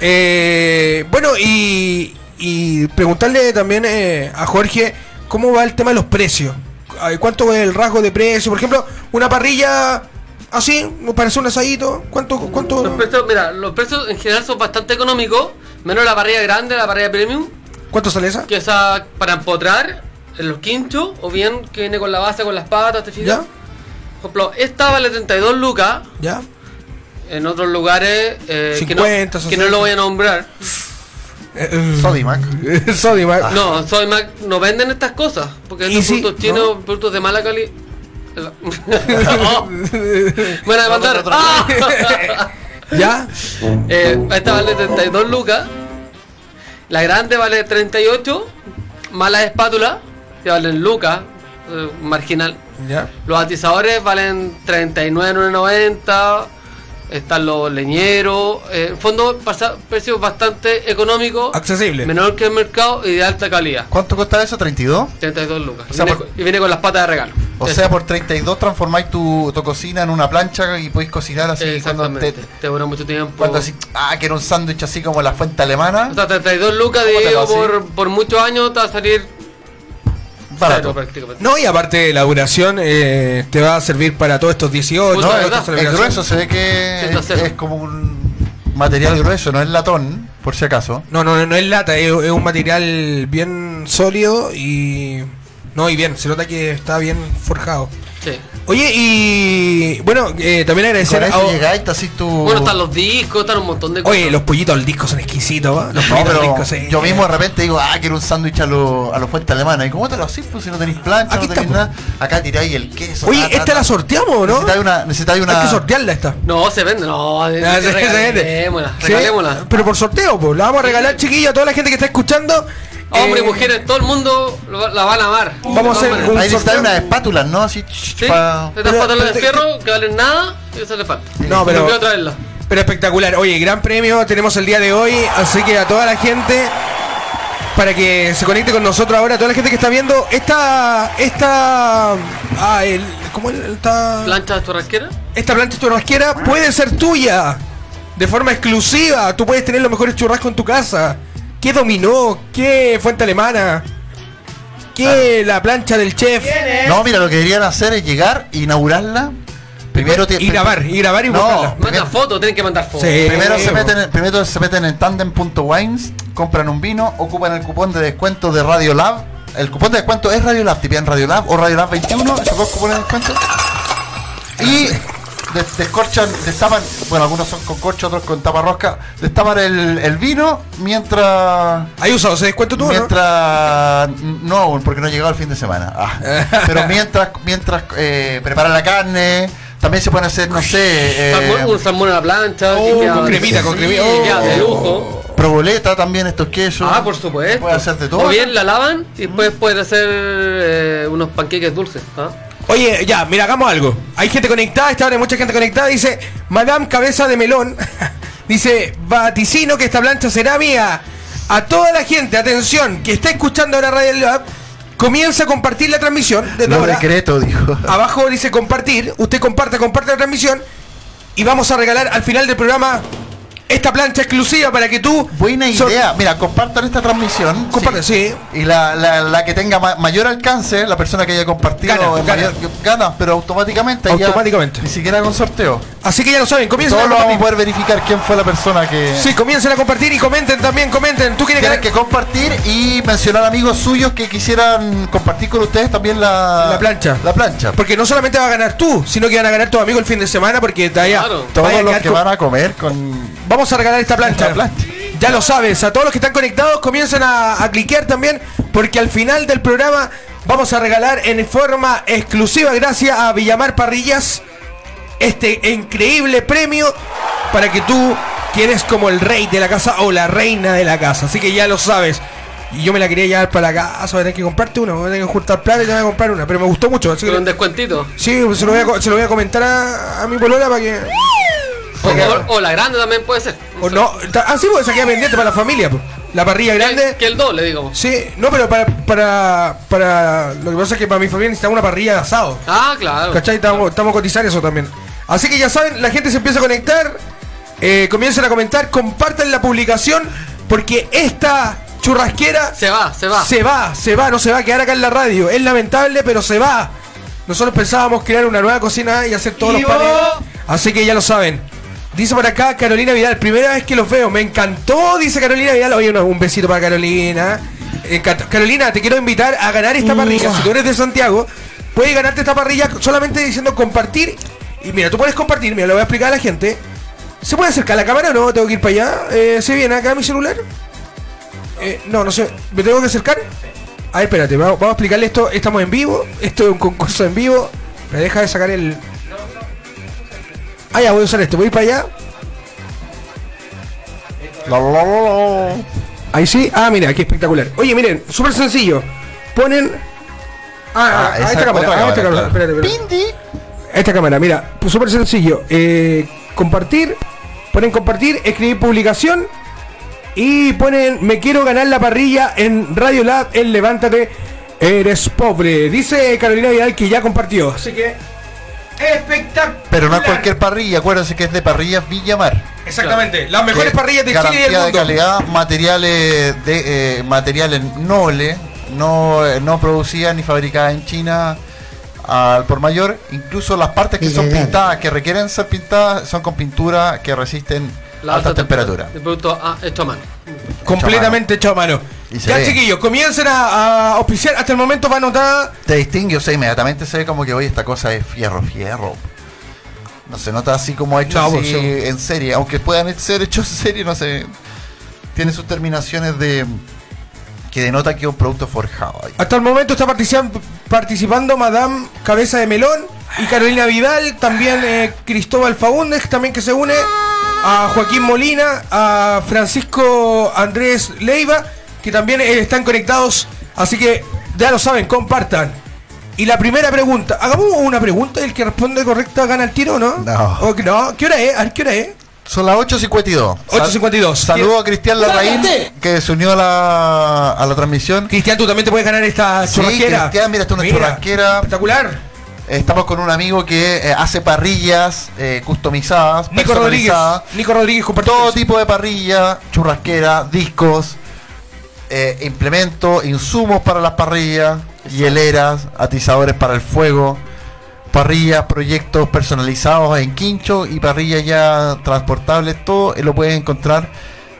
Eh, bueno, y, y preguntarle también eh, a Jorge cómo va el tema de los precios. Ay, ¿Cuánto es el rasgo de precio? Por ejemplo, una parrilla así, parece un asadito. ¿Cuánto? Los cuánto precios, mira, los precios en general son bastante económicos, menos la parrilla grande, la parrilla premium, ¿Cuánto sale esa? que esa para empotrar en los quinchos o bien que viene con la base con las patas te fijas ¿Ya? por ejemplo esta vale 32 lucas ¿Ya? en otros lugares eh, que no- 50, que, no, 60. lo voy a nombrar Mm. Sodimac. Sodimac. No, soy Mac, no venden estas cosas. Porque Y venden sí, productos chinos, productos de mala calidad. Me van a demandar. Vamos ¡Ah! ¿Ya? Eh, esta vale 32 lucas. La grande vale 38. Malas espátulas, que valen lucas. eh, marginal. ¿Ya? Los atizadores valen 39,90. Están los leñeros. eh, en fondo, pasa- precios bastante económicos. Accesible. Menor que el mercado y de alta calidad. ¿Cuánto costaba eso? ¿32? 32 lucas. O sea, y, viene, por- con- y viene con las patas de regalo. eh, O sea, por 32 transformáis tu, tu cocina en una plancha y podéis cocinar así cuando Exactamente. te, Te, dura mucho tiempo. cuando así, ah, que era un sándwich así como la fuente alemana. O sea, 32 lucas ¿Cómo te lo dividido haces? por, por muchos años te va a salir cero Barato. prácticamente. No, y aparte de la duración, eh, te va a servir para todos estos 18. Puta, No, todas es, estas ¿verdad? es celebraciones. grueso, se ve que Sí, está es, cero. es como un material grueso, no es latón, por si acaso. No, no, no, no es lata, es, es un material bien sólido y. No, y bien, se nota que está bien forjado. Sí. Oye, y. Bueno, eh, también agradecer Con a. eso llegáis, te haces tu... Bueno, están los discos, están un montón de cosas. Oye, los pollitos al disco son exquisitos, ¿va? Los No, pollitos al pero disco, sí. yo mismo de repente digo, ah, quiero un sándwich a lo, a lo fuente alemana. ¿Y cómo te lo haces? Pues si no tenéis plancha, Aquí no está, tenéis nada. Acá tiráis el queso. Oye, ta, ta, esta ta. la sorteamos, ¿no? Necesitáis una... Necesitáis una... Hay que sortearla esta. No, se vende, no. de- Ah, sí, sí, sí. Regalémosla, Sí, regalémosla. Pero por sorteo, pues. La vamos a regalar, chiquillo, a toda la gente que está escuchando. Hombres Eh, y mujeres, todo el mundo lo- la van a amar. Vamos a De hacer todas maneras. un- Ahí necesitáis sorteo. unas espátulas, ¿no? Así... ch- Sí, pa- estas Pero- patas de pero- fierro que valen nada y eso le falta. No, pero- quiero traerla. Pero espectacular. Oye, gran premio tenemos el día de hoy. Así que a toda la gente, para que se conecte con nosotros ahora, a toda la gente que está viendo esta. Esta. Ah, el, ¿Cómo el- esta, Plancha churrasquera. esta plancha churrasquera puede ser tuya. De forma exclusiva. Tú puedes tener los mejores churrascos en tu casa. ¿Qué dominó? ¿Qué fuente alemana? ¿Qué la plancha del chef? No, mira, lo que deberían hacer es llegar, inaugurarla. Primero te- Y grabar, y grabar y No, buscarla. Porque- Manda fotos, tienen que mandar fotos. Sí. Primero Eh, se, bueno. meten en, primero se meten en tandem.wines, compran un vino, ocupan el cupón de descuento de Radio Lab. El cupón de descuento es Radio Lab, tipean Radio Lab o Radio Lab 21, esos dos cupones de descuento. Y des- descorchan, destapan, bueno, algunos son con corcho, otros con taparrosca, destapan el, el vino mientras... Ahí usado, se descuento tú, o ¿no? Mientras. No aún, porque no ha llegado el fin de semana. Ah. Pero mientras mientras eh, preparan la carne, también se pueden hacer, no sé. eh, Salmón- un salmón a la plancha. Oh, y queda- con cremita, con sí, cremita. queda de Oh. lujo. proboleta también, estos quesos. Ah, por supuesto. Puede hacer de todo. O bien la lavan y Mm. después pueden hacer eh, unos panqueques dulces. ¿ah? Oye, ya, mira, hagamos algo. Hay gente conectada, esta hora hay mucha gente conectada. Dice, Madame Cabeza de Melón, dice, vaticino que esta plancha será mía. A toda la gente, atención, que está escuchando ahora Radio Lab, comienza a compartir la transmisión. desde Lo ahora. decreto, dijo. Abajo dice compartir, usted comparte, comparte la transmisión. Y vamos a regalar al final del programa esta plancha exclusiva para que tú... Buena sor- idea. Mira, compartan esta transmisión. Compartan, sí. Y la, la- la que tenga ma- mayor alcance, la persona que haya compartido Gana, en gana. mayor- gana, pero automáticamente. ya- Automáticamente. ni siquiera con sorteo. Así que ya lo saben, comiencen Todos a lo vamos a compartir. poder verificar quién fue la persona que. Sí, comiencen a compartir y comenten también, comenten. ¿Tú quieres ganar? Tienen que compartir y mencionar amigos suyos que quisieran compartir con ustedes también la, La plancha. La plancha. Porque no solamente va a ganar tú, sino que van a ganar tus amigos el fin de semana porque te vaya- Claro. Todos vaya a los quedar que con- van a comer con. Vamos a regalar esta plancha. Esta plancha. Ya lo sabes, a todos los que están conectados comiencen a, a cliquear también porque al final del programa vamos a regalar en forma exclusiva, gracias a Villamar Parrillas, este increíble premio para que tú quieres como el rey de la casa o la reina de la casa. Así que ya lo sabes. Y yo me la quería llevar para la casa, voy a tener que comprarte una, voy a tener que juntar plata y te voy a comprar una, pero me gustó mucho. así que- Pero un descuentito. Sí, pues, se lo voy a, co- se lo voy a comentar a, a mi polola para que... O, para que- o- o la grande también puede ser. o no, ta- ah, sí, pues se queda pendiente para la familia. po. La parrilla grande. Que, que el doble, digamos. Sí, no, pero para, para, para... Lo que pasa es que para mi familia necesita una parrilla de asado. Ah, claro. ¿Cachai? Estamos, estamos a cotizar eso también. Así que ya saben, la gente se empieza a conectar, eh, comiencen a comentar, compartan la publicación, porque esta churrasquera Se va, se va. se va, se va, no se va a quedar acá en la radio. Es lamentable, pero se va. Nosotros pensábamos crear una nueva cocina y hacer todos los panes. Así que ya lo saben. Dice por acá Carolina Vidal, primera vez que los veo, me encantó, dice Carolina Vidal. Oye, un, un besito para Carolina. Eh, Cat- Carolina, te quiero invitar a ganar esta parrilla. Si tú eres de Santiago, puedes ganarte esta parrilla solamente diciendo compartir. Y mira, tú puedes compartir, mira, lo voy a explicar a la gente. ¿Se puede acercar la cámara o no? Tengo que ir para allá. Eh, ¿Se viene acá mi celular? Eh, no, no sé. ¿Me tengo que acercar? A ver, espérate, vamos, vamos a explicarle esto. Estamos en vivo. Esto es un concurso en vivo. Me deja de sacar el. Ah, ya, voy a usar esto. Voy para allá. La, la, la, la. Ahí sí. Ah, mira, qué espectacular. Oye, miren, súper sencillo. Ponen. Ah, Ah, a esa esta es cámara. otra a esta cámara, cámara. Espérate, espérate. Pindi. Esta cámara, mira, pues súper sencillo. Eh, compartir, ponen compartir, escribir publicación y ponen me quiero ganar la parrilla en Radio Lab en Levántate, eres pobre. Dice Carolina Vidal que ya compartió. Así que, espectacular. Pero no es cualquier parrilla, acuérdense que es de parrillas Villamar. Exactamente, las mejores Que parrillas de Chile garantía y del mundo. de calidad, materiales de eh, materiales nobles, no, eh, no producidas ni fabricadas en China al por mayor. Incluso las partes que Ni son cagando. pintadas, que requieren ser pintadas, son con pintura que resisten La altas temperaturas. El producto ah, hecho a mano. Completamente hecho a mano. Y se Ya, ve. chiquillos, comiencen a, a auspiciar. Hasta el momento va anotada. Te distingue, o sea, inmediatamente se ve como que hoy esta cosa es fierro, fierro. No se nota así como hecho No, así pues, sí. en serie, aunque puedan ser hechos en serie, no sé. Tiene sus terminaciones de. que denota que es un producto forjado. ahí. Hasta el momento está partician- participando Madame Cabeza de Melón y Carolina Vidal, también eh, Cristóbal Faúndez, también que se une a Joaquín Molina, a Francisco Andrés Leiva, que también eh, están conectados, así que ya lo saben, compartan. Y la primera pregunta, hagamos una pregunta, el que responde correcta gana el tiro, ¿no? No. ¿O que no? ¿Qué hora es? A ver, ¿qué hora es? Son las 8.52. 8.52. Saludo a Cristian Larraín, ¡Sácate! que se unió a la, a la transmisión. Cristian, tú también te puedes ganar esta Sí, churrasquera. Cristian, mira, esta es una churrasquera. Espectacular. Estamos con un amigo que eh, hace parrillas eh, customizadas, Nico Rodríguez. personalizadas. Nico Rodríguez compartió. Todo tipo de parrilla, churrasquera, discos, eh, implementos, insumos para las parrillas, hieleras, atizadores para el fuego, parrillas, proyectos personalizados en quincho y parrillas ya transportables, todo eh, lo puedes encontrar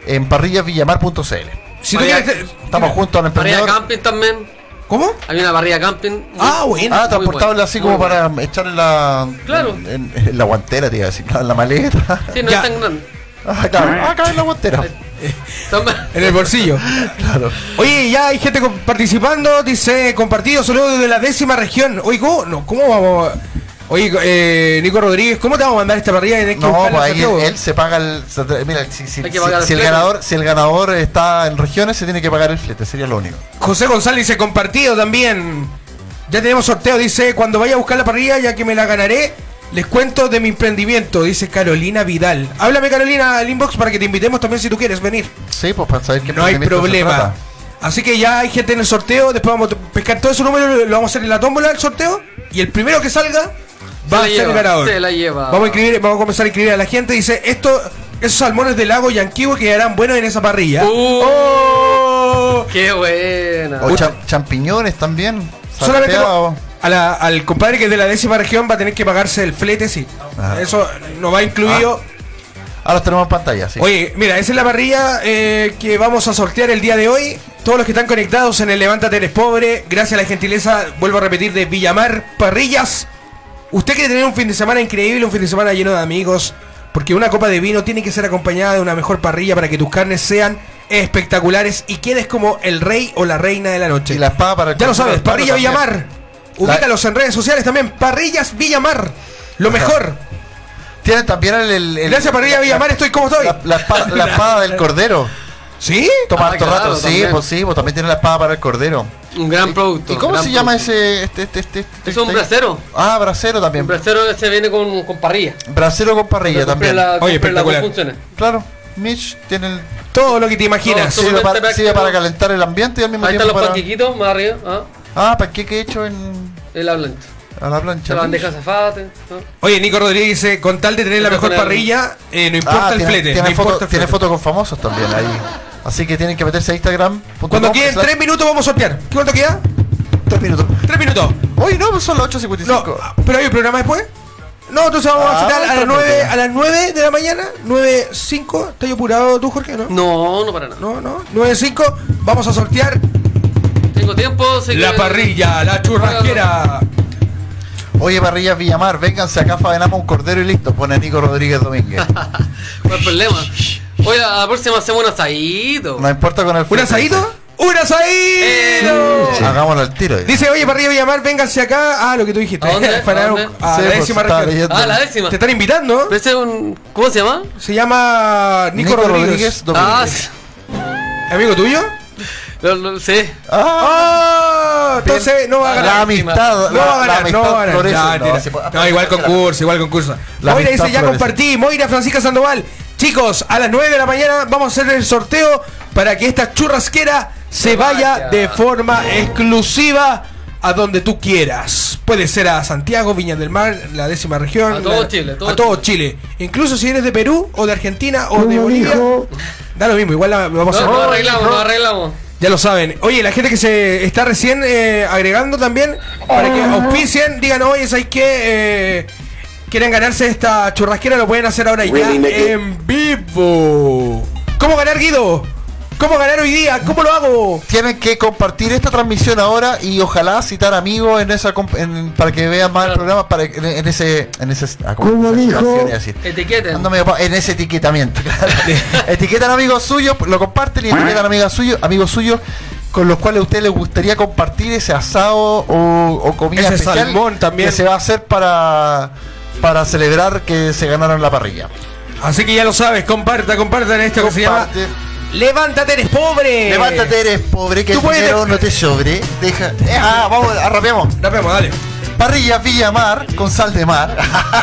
en parrillasvillamar.cl. Si tú María, quieres- Estamos juntos al Parrilla emprendedor. camping también. ¿Cómo? Hay una parrilla camping. muy- Ah, bueno. Ah, muy transportable buena, así muy como buena. para echarle la, Claro. en, en la guantera, te iba a decir, en la maleta. Sí, no Ya. es tan grande. Ah, claro, acá en la guantera. Toma. En el bolsillo. Claro. Oye, ya hay gente com- participando. Dice, compartido, saludos desde la décima región. Oye, ¿cómo, no, cómo vamos? a- Oye, eh, Nico Rodríguez, ¿cómo te vamos a mandar esta parrilla? Tenés que No, buscarla pues en ahí Santiago. él, él se paga el. se tra- Mira, si, si- Hay si- que pagar el si el flete. ganador, si el ganador está en regiones, se tiene que pagar el flete, sería lo único. José González dice, compartido también. Ya tenemos sorteo. Dice, cuando vaya a buscar la parrilla, ya que me la ganaré, les cuento de mi emprendimiento. Dice Carolina Vidal. Háblame, Carolina, al inbox para que te invitemos también si tú quieres venir. Sí, pues para saber qué No hay emprendimiento se problema. trata. Así que ya hay gente en el sorteo. Después vamos a pescar todo su número, lo vamos a hacer en la tómbola del sorteo. Y el primero que salga va la a ser lleva, el ganador. se la lleva. Vamos a, escribir, vamos a comenzar a escribir a la gente. Dice: esto, Esos salmones del lago Yanquiwe quedarán buenos en esa parrilla. Uh. ¡Oh! Qué buena. O cha- champiñones también. Solamente salteado. a la- al compadre que es de la décima región va a tener que pagarse el flete, sí. Ajá. Eso no va incluido. Ahora Ah, tenemos en pantalla, sí. Oye, mira, esa es la parrilla eh, que vamos a sortear el día de hoy. Todos los que están conectados en el Levántate Eres Pobre, gracias a la gentileza, vuelvo a repetir, de Villamar Parrillas. Usted quiere tener un fin de semana increíble, un fin de semana lleno de amigos, porque una copa de vino tiene que ser acompañada de una mejor parrilla para que tus carnes sean espectaculares y quedes como el rey o la reina de la noche. Y la espada para el Ya lo consumo sabes, del palo Parrilla también. Villamar. Ubícalos en redes sociales también, Parrillas Villamar. Lo Ajá. mejor. Tienen también el. el- el- Gracias, Parrilla la- Villamar, la- estoy como estoy. La, la espada, la espada del cordero. ¿Sí? Toma Ah, harto claro, rato, sí, también. pues sí, pues también tiene la espada para el cordero. Un gran producto. ¿Y cómo gran se llama producto. ese.? Este, este, este, este- Es un este- brasero. Ah, brasero también. Un brasero se viene con, con parrilla. Brasero con parrilla Pero compre también. la- Oye, compre la espectacular. conjunciones. Claro, Mitch tiene el Todo lo que te imaginas. No, Sirve para, Solamente sirve para- para calentar el ambiente y al mismo Ahí están tiempo los para... panquequitos más arriba. Ah, Ah, panqueque hecho en... el hablante. a la plancha. La bandeja zafate. ¿no? Oye, Nico Rodríguez dice, con tal de tener la Pero mejor con el- parrilla, eh, no importa Ah, el tiene, flete. tiene no foto, importa el tiene flete. foto con famosos también ahí. Así que tienen que meterse a Instagram. Cuando queden tres minutos vamos a sortear. ¿Qué cuánto queda? minutos. Tres minutos. Hoy no, pues son las 8.55. No, pero hay un programa después. No, entonces vamos a Ah, sortear a las perfecto. 9, a las 9 de la mañana, 9, 5. ¿Estás apurado tú, Jorge? No, No, no para nada. no, no. 9, 5. Vamos a sortear Tengo tiempo. sé la que- parrilla, la churrasquera. Oye, Parrillas Villamar, vénganse acá, faenamos un cordero y listo. Pone Nico Rodríguez Domínguez. ¿Cuál es el problema? Oye, a la próxima hacemos un asadito. No importa con el ¿Un frente, asadito? ¡Un Eh, asadito! dice. Hagámollo al tiro. dice. Dice, oye, parrilla Villamar, vénganse acá. Ah, lo que tú dijiste. ¿A dónde? Para- ¿A dónde? a Sí, la pues, décima estaba región. leyendo. Ah, la décima. Te están invitando. Pero ese es un. ¿Cómo se llama? Se llama Nico, Nico Rodríguez. Rodríguez. Ah, Domínguez. sí. ¿Amigo tuyo? Lo- lo- sí. Ah, entonces no va a Ah, ganar. La amistad. No la- va a la ganar, no amistad va a ganar. florece. Ya, No, pues, tira. se puede- No, igual concurso, igual concurso. La Moira dice, amistad ya florece. compartí. Moira Francisca Sandoval. Chicos, a las 9 de la mañana vamos a hacer el sorteo para que esta churrasquera se Se vaya, vaya. de forma exclusiva a donde tú quieras. Puede ser a Santiago, Viña del Mar, la décima región. A todo la- Chile, todo a todo Chile. Incluso si eres de Perú o de Argentina o de Bolivia. Da lo mismo, igual la vamos No, a no arreglamos, no arreglamos. ya lo saben. Oye, la gente que se está recién eh, agregando también, para que Ah. auspicien, digan, oye, ¿sabes qué? Eh, quieren ganarse esta churrasquera, lo pueden hacer ahora ya en vivo. ¿Cómo ganar, Guido? ¿Cómo ganar hoy día? ¿Cómo lo hago? Tienen que compartir esta transmisión ahora y ojalá citar amigos en esa comp- en- para que vean más el programa para en, en ese en ese ah, ¿cómo se dice? Así, así. Etiqueten. Ando medio pa- en ese etiquetamiento. claro. etiquetan amigos suyos, lo comparten y etiquetan amigos suyos, amigos suyos con los cuales a ustedes les gustaría compartir ese asado o, o comida Ese especial salmón también. que se va a hacer para para celebrar que se ganaron la parrilla. Así que ya lo sabes, comparta, compartan esto que se llama Comparte. Levántate, eres pobre. Levántate, eres pobre, que Eh. Tú el puedes- dinero no te sobre. Deja. Eh, ah, vamos, arrapeamos. Rapemos, dale. Parrilla Villamar con sal de mar.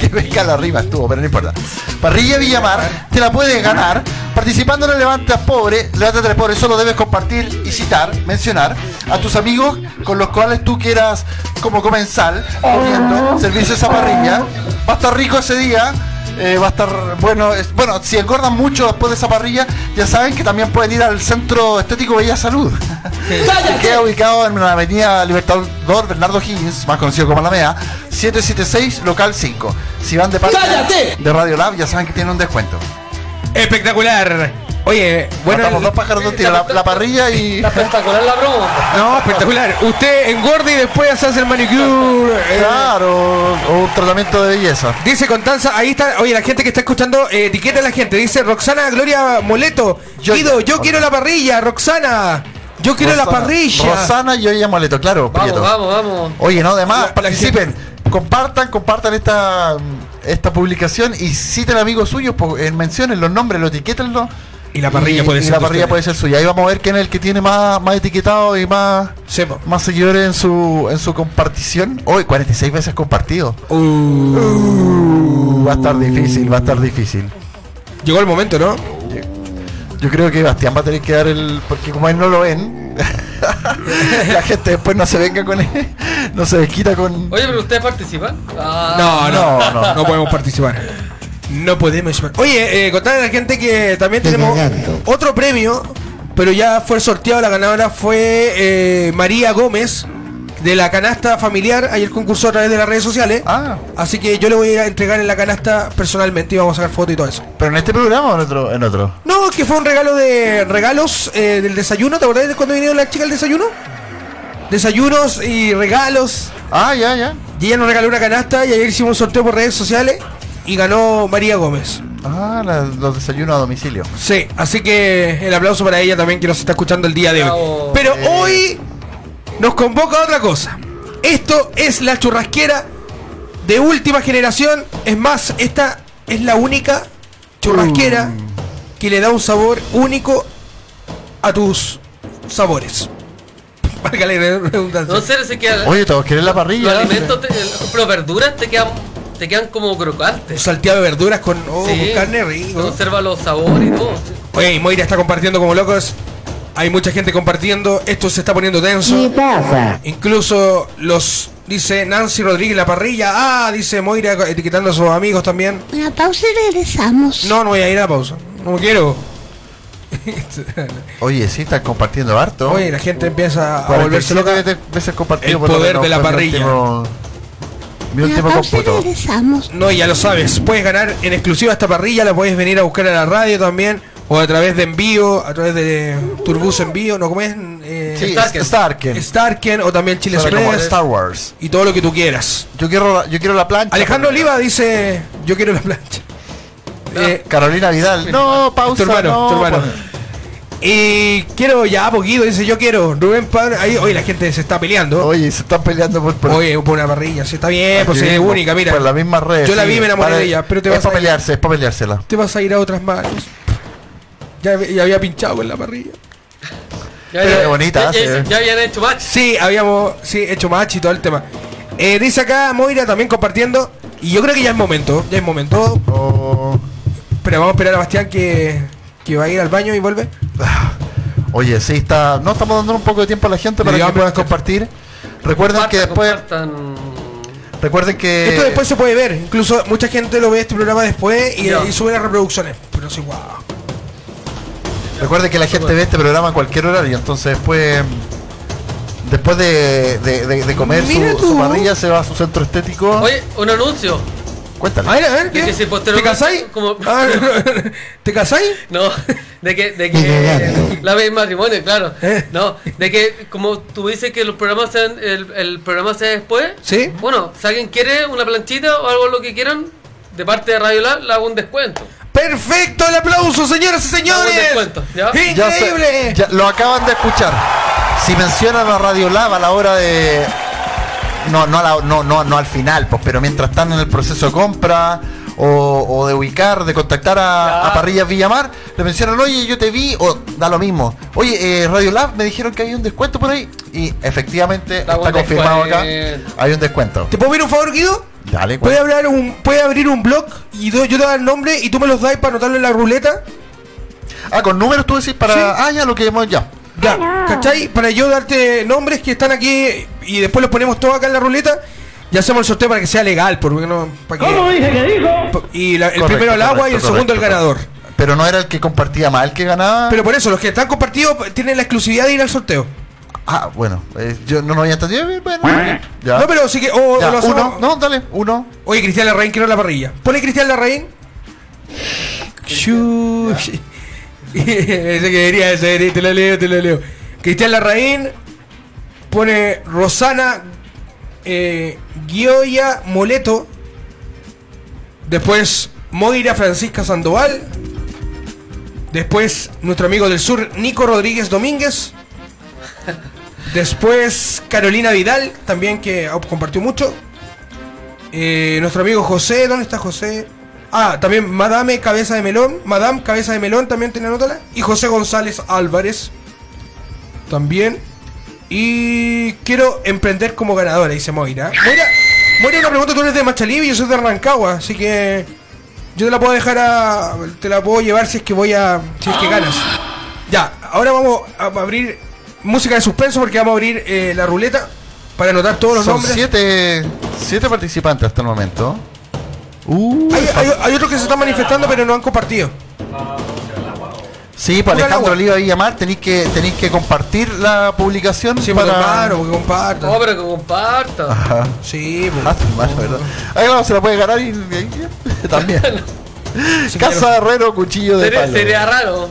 que venga la rima estuvo, pero no importa. Parrilla Villamar, te la puedes ganar. Participando en el Levantas Pobre, Levántate Pobre, solo debes compartir y citar, mencionar a tus amigos con los cuales tú quieras, como comensal, comiendo, servirse esa parrilla. Va a estar rico ese día. eh, va a estar bueno, es- bueno, si engordan mucho después de esa parrilla, ya saben que también pueden ir al Centro Estético Bella Salud. Que queda ubicado en la avenida Libertador Bernardo Higgins, más conocido como la MEA, 776, local 5. Si van de parte de Radio Lab, ya saben que tienen un descuento. Espectacular. Oye, bueno. Matamos dos pájaros de un tiro, eh, la, la parrilla y... Está espectacular la broma. No, espectacular. Usted engorde y después se hace el manicure. eh, Claro, o un tratamiento de belleza. Dice Constanza, ahí está, oye, la gente que está escuchando, eh, etiqueta a la gente. Dice Roxana Gloria Moleto, Yo- Guido, yo quiero la parrilla, Roxana, yo quiero la Rosana- parrilla. Rosana y oye Moleto, claro, Vamos, Prieto. vamos, vamos. Oye, no, La- además, la participen, compartan, compartan esta esta publicación y citen amigos suyos, po- eh, mencionen los nombres, lo etiquétenlo. Y la parrilla Y- puede y ser la de parrilla ustedes. puede ser suya. Ahí vamos a ver quién es el que tiene más, más etiquetado y más, Sepa. más seguidores en su en su compartición. Hoy 46 veces compartido. Uh, va a estar difícil, va a estar difícil. Llegó el momento, ¿no? Yo creo que Bastián va a tener que dar el. Porque como él no lo ven, la gente después no se venga con él. No se desquita con. Oye, pero ustedes participan. Ah, No, no, No, no, no. podemos participar. No podemos. Oye, eh, contarle a la gente que también tenemos otro premio, pero ya fue sorteado. La ganadora fue eh, María Gómez de la canasta familiar. Ayer concursó a través de las redes sociales. Ah. Así que yo le voy a ir a entregar en la canasta personalmente y vamos a sacar foto y todo eso. Pero en este programa o en otro. En otro? No, es que fue un regalo de regalos eh, del desayuno. ¿Te acordás de cuando vinieron las chicas al desayuno? Desayunos y regalos. Ah, ya, ya. Y ella nos regaló una canasta y ayer hicimos un sorteo por redes sociales y ganó María Gómez. Ah, la- los desayunos a domicilio. Sí, así que el aplauso para ella también que nos está escuchando el día de hoy. Bravo. Eh. Pero hoy nos convoca a otra cosa. Esto es la churrasquera de última generación. Es más, esta es la única churrasquera Uh. que le da un sabor único a tus sabores. Valga la redundancia. No sé, se queda. Oye, todos quieren la los parrilla. alimentos, te, el- pero verduras te quedan, te quedan como Un crocantes. salteado de verduras con, oh, Sí. con carne rico. Conserva los sabores y todo. sí. Oye, y Moira está compartiendo como locos. Hay mucha gente compartiendo. Esto se está poniendo tenso. Incluso los. Dice Nancy Rodríguez la parrilla. Ah, dice Moira etiquetando a sus amigos también. Una pausa y regresamos. No, no voy a ir a la pausa. No quiero. Oye, sí, están compartiendo harto. Oye, la gente empieza a 47 volverse loca. veces- veces compartido El por lo poder menos de la fue mi parrilla. último- Mi Una último pausa y cómputo. regresamos. No, ya lo sabes. Puedes ganar en exclusiva esta parrilla. La puedes venir a buscar a la radio también. O a través de envío. A través de Turbus Envío. ¿No comes? Eh, Sí, Starken. Starken. Starken o también Chile Suena como Express. Star Wars. y todo lo que tú quieras. Yo quiero, la- yo quiero la plancha. Alejandro Oliva dice, yo quiero la plancha. Eh, Ah, Carolina Vidal. No, tu pausa. hermano, no, tu hermano. pues. Y quiero ya, poquito, dice yo quiero. Rubén Padre, ahí, oye, la gente se está peleando. Oye, se están peleando por, por- Oye, por una parrilla, sí, está bien, Aquí pues es mismo, única, mira. Por la misma red. Yo la sí. vi y me enamoré Vale, de ella, pero te Es vas, a para ir, pelearse, es para peleársela. te vas a ir a otras manos. Ya, ya había pinchado en la parrilla. Ya, Pero qué bonita, ya, sí. ya habían hecho match. Sí, habíamos sí, hecho match y todo el tema. Eh, dice acá Moira también compartiendo. Y yo creo que ya es momento, ya es momento. Oh. Pero vamos a esperar a Bastián que, que va a ir al baño y vuelve. Oye, sí, está. No estamos dando un poco de tiempo a la gente para Digamos, que puedan compartir. Recuerden que después. compartan. Recuerden que. Esto después se puede ver. Incluso mucha gente lo ve este programa después y, Ya. y sube las reproducciones. Pero sí, guau. Recuerden que la gente ve este programa en cualquier horario, entonces después. Después de, de- de- de comer su, Mira tú. su parrilla se va a su centro estético. Oye, un anuncio. Cuéntale. A ver, a ver, De ¿qué? que si ¿Te posteriormente- casáis? como- Ah, no. ¿Te casáis? No, de que, de Miguelato. que la vez matrimonio, claro. ¿Eh? No, de que como tú dices que los programas sean, el, el programa sea después. Sí. Bueno, si alguien quiere una planchita o algo lo que quieran, de parte de Radio Lab, le hago un descuento. Perfecto, el aplauso, señoras y Damos señores. descuento, ¿ya? Ya se- Increíble. ya lo acaban de escuchar. Si mencionan a Radio Lab a la hora de. No, no, a la- no, no, no al final, pues, pero mientras están en el proceso de compra o, o de ubicar, de contactar a, Ya. a Parrillas Villamar, le mencionan, oye, yo te vi, o da lo mismo. Oye, eh, Radio Lab me dijeron que hay un descuento por ahí. Y efectivamente Da está un confirmado acá. descuento. Hay un descuento. ¿Te puedo pedir un favor, Guido? Dale, ¿Puede, cuenta. hablar un, puede abrir un blog y do- yo te doy el nombre y tú me los das para anotarlo en la ruleta? Ah, con números tú decís para. Sí. Ah, ya lo que hemos ya. Ya, ¿cachai? Para yo darte nombres que están aquí y después los ponemos todos acá en la ruleta y hacemos el sorteo para que sea legal, porque no. Para que, dice que dijo? pa- y la- el Correcto, primero el agua y el correcto, segundo el correcto, ganador. correcto. Pero no era el que compartía más, el que ganaba. Pero por eso, los que están compartidos tienen la exclusividad de ir al sorteo. Ah, bueno, eh, yo no lo había entendido. eh, Bueno, ya. No, pero sí que. o- o Ya, lo hacemos- uno, no, dale, uno. Oye, Cristian Larraín, quiero la parrilla. Pone Cristian Larraín. Shush. ese que debería, ese debería, te lo leo, te lo leo. Cristian Larraín pone Rosana eh, Gioia Moleto. Después Moira Francisca Sandoval. Después nuestro amigo del sur, Nico Rodríguez Domínguez. Después Carolina Vidal, también que ah, compartió mucho. Eh, nuestro amigo José, ¿dónde está José? Ah, también Madame Cabeza de Melón. Madame Cabeza de Melón también tiene anótala. Y José González Álvarez. También. Y quiero emprender como ganadora, dice Moira. Moira, Moira, una pregunta, tú eres de Machalí y yo soy de Rancagua, así que yo te la puedo dejar a... Te la puedo llevar si es que voy a... Si es que ganas. Ya, ahora vamos a abrir música de suspenso porque vamos a abrir eh, la ruleta para anotar todos los Son nombres. siete, siete participantes hasta el momento. Uh, Hay, hay, hay otros que se están manifestando pero no han compartido. sí, para pura Alejandro agua. Oliva Villamar tenéis que, tenéis que compartir la publicación Sí, para para... claro, porque compartan. No, Oh, pero que compartan. Ajá. Sí, Ah, pues. tu madre, ¿verdad? Ahí vamos, se la puede ganar y, y- también. Casa Herrero, cuchillo de Sería, palo. sería raro.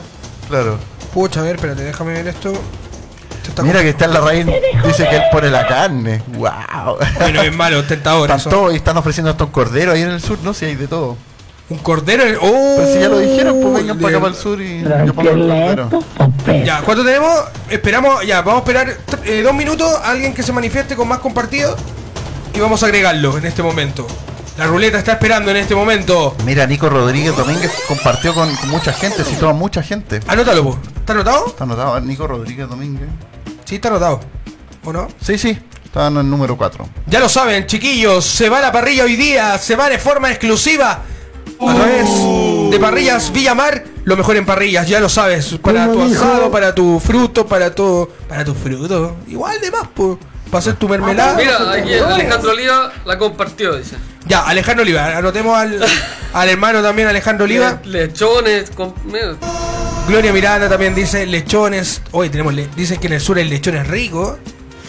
Claro. Pucha, a ver, espérate, déjame ver esto. Esto está Mira que está en la raíz, dice que él pone la carne. Wow. Bueno, es malo, tentador. Están eso. todos y están ofreciendo hasta un cordero ahí en el sur, no sé, hay de todo. Un cordero. el- ¡Oh! Pero si ya lo dijeron, pues vengan para acá de- para el sur y yo pongo el Tranquilé, cordero. popope. Ya, ¿cuánto tenemos? Esperamos, ya, vamos a esperar tr- eh, dos minutos a alguien que se manifieste con más compartidos y vamos a agregarlo en este momento. La ruleta está esperando en este momento. Mira, Nico Rodríguez Domínguez compartió con, con mucha gente, citó a mucha gente. Anótalo, po. ¿Está anotado? Está anotado, a ver, Nico Rodríguez Domínguez. Sí, está anotado. ¿O no? Sí, sí, está en el número 4. Ya lo saben, chiquillos, se va la parrilla hoy día, se va de forma exclusiva a través de Parrillas Villamar, lo mejor en parrillas, ya lo sabes, para tu asado, para tu fruto, para tu para tu fruto, igual de más, po, para hacer tu mermelada. Ah, Mira, aquí Alejandro Oliva la compartió, dice. Ya, Alejandro Oliva, anotemos al, al hermano también Alejandro Oliva. Le- Lechones, con- mira, Gloria Miranda también dice lechones. Hoy tenemos le- dicen que en el sur el lechón es rico.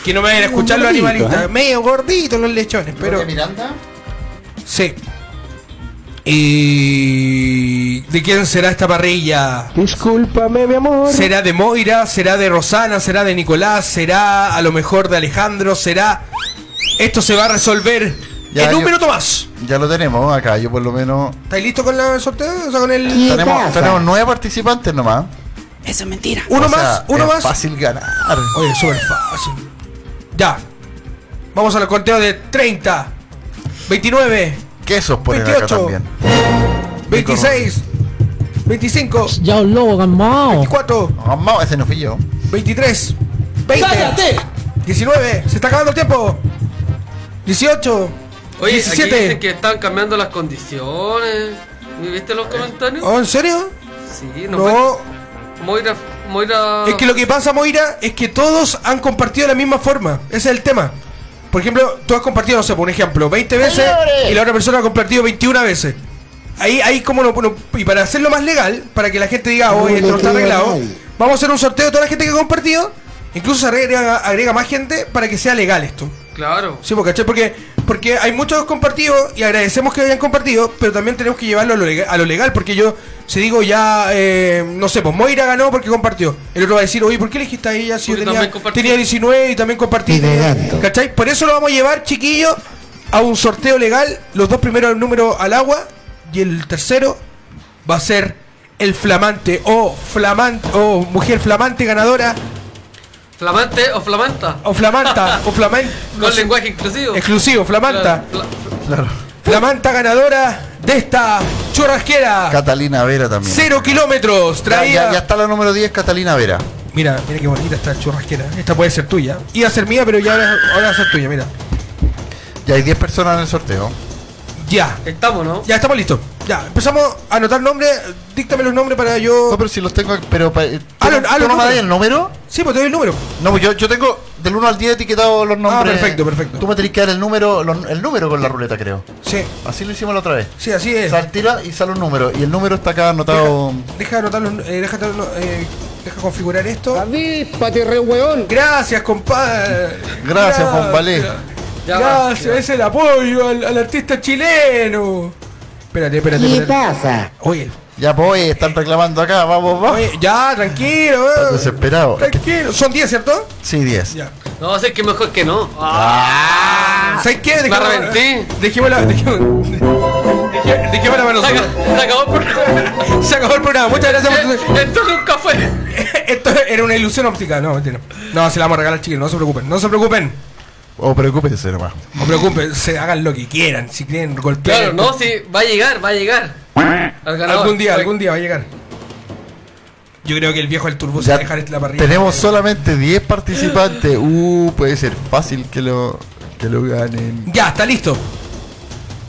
Que no me vayan a escuchar los animalistas. Medio gorditos los lechones, pero. Miranda? Sí. ¿Y de quién será esta parrilla? Discúlpame, mi amor. ¿Será de Moira? ¿Será de Rosana? ¿Será de Nicolás? ¿Será a lo mejor de Alejandro? ¿Será... Esto se va a resolver Ya, en un yo- minuto más. Ya lo tenemos acá, yo por lo menos. ¿Estáis listos con la- el sorteo? O sea, con el. ¿Qué Tenemos, pasa? tenemos nueve participantes nomás. Eso es mentira. Uno O sea, más, uno es más. Fácil ganar. Oye, súper fácil. Ya. Vamos al conteo de 30, 29, Quesos ponen acá 28. también. 26, 25, Ya un lobo calmado. 24, Vamos, ese no fui yo. 23, 20, 19, se está acabando el tiempo. 18, Oye, aquí dicen 17. que están cambiando las condiciones. ¿Viste los comentarios? Oh, ¿En serio? Sí, no. No. fue- Moira, Moira. Es que lo que pasa, Moira, es que todos han compartido la misma forma. Ese es el tema. Por ejemplo, tú has compartido, no sé, por un ejemplo, 20 veces y la otra persona ha compartido 21 veces. Ahí, ahí como no, no- Y para hacerlo más legal, para que la gente diga, oye, esto no está arreglado, vamos a hacer un sorteo de toda la gente que ha compartido. Incluso se agrega, agrega más gente para que sea legal esto. Claro. Sí, pues, ¿cachai? porque, porque hay muchos compartidos y agradecemos que hayan compartido, pero también tenemos que llevarlo a lo legal, a lo legal, porque yo, si digo ya, eh, no sé, pues Moira ganó porque compartió. El otro va a decir, oye, ¿por qué elegiste a ella si yo Porque tenía, también compartí". tenía 19 y también compartí? ¿Cachai? Por eso lo vamos a llevar, chiquillos, a un sorteo legal, los dos primeros números al agua y el tercero va a ser el flamante o flamante o mujer flamante ganadora Flamante o flamanta. o flamanta o flamante Con lenguaje inclusivo. exclusivo, flamanta. Claro, fla- Claro. La manta ganadora de esta churrasquera. Catalina Vera también. Ah. Cero kilómetros. Ya, Traía. ya- ya está la número 10, Catalina Vera. Mira, mira qué bonita esta churrasquera. Esta puede ser tuya. Iba a ser mía, pero ya ahora, ahora va a ser tuya, mira. Ya hay 10 personas en el sorteo. Ya. Estamos, ¿no? Ya estamos listos. Ya, empezamos a anotar nombres. Díctame los nombres para yo. No, pero si los tengo. Pero. pa- ¿tú, Ah, lo- no- ah, tú los no me das números. el número? Sí, pues te doy el número. No, pues yo, yo tengo del 1 al 10 etiquetados los nombres. Ah, perfecto, perfecto. Tú me tenés que dar el número, los- el número con la ruleta, creo. Sí, Así lo hicimos la otra vez. sí, así es. Sal, tira y sale un número. Y el número está acá anotado. Deja, deja anotar los. eh, deja, anotar los- eh, deja configurar esto. Avíspate, re hueón. Gracias, compadre. Gracias, Juan Valé. Ya va, Gracias, ya va. es el apoyo al, al artista chileno. Espérate, espérate, ¿Qué espérate. pasa? Oh. Oye, el- Ya voy, están reclamando acá. Vamos, vamos. Oye, ya, tranquilo, eh. Estás desesperado. Tranquilo. Son 10, ¿cierto? Sí, 10. Ya. No, sé que mejor que no. Ah, ¿Sabes qué? Me arrepentí. Dejemos la. Dejemos dejé- dejemos la mano. Se acabó- se acabó por- Se acabó el programa. Muchas gracias por tu- Esto nunca fue. Esto era una ilusión óptica. No, mentira. No, se la vamos a regalar, chicos. No se preocupen. No se preocupen. O preocúpense Oh, nomás. No se preocupen. Se hagan lo que quieran. Si quieren golpear. Claro, no, sí, va a llegar, va a llegar. Al ganador. Algún día, algún día va a llegar. Yo creo que el viejo del turbo se va a Ya dejar este la parrilla. tenemos solamente 10 participantes. Uh, puede ser fácil que lo, que lo ganen. Ya, está listo.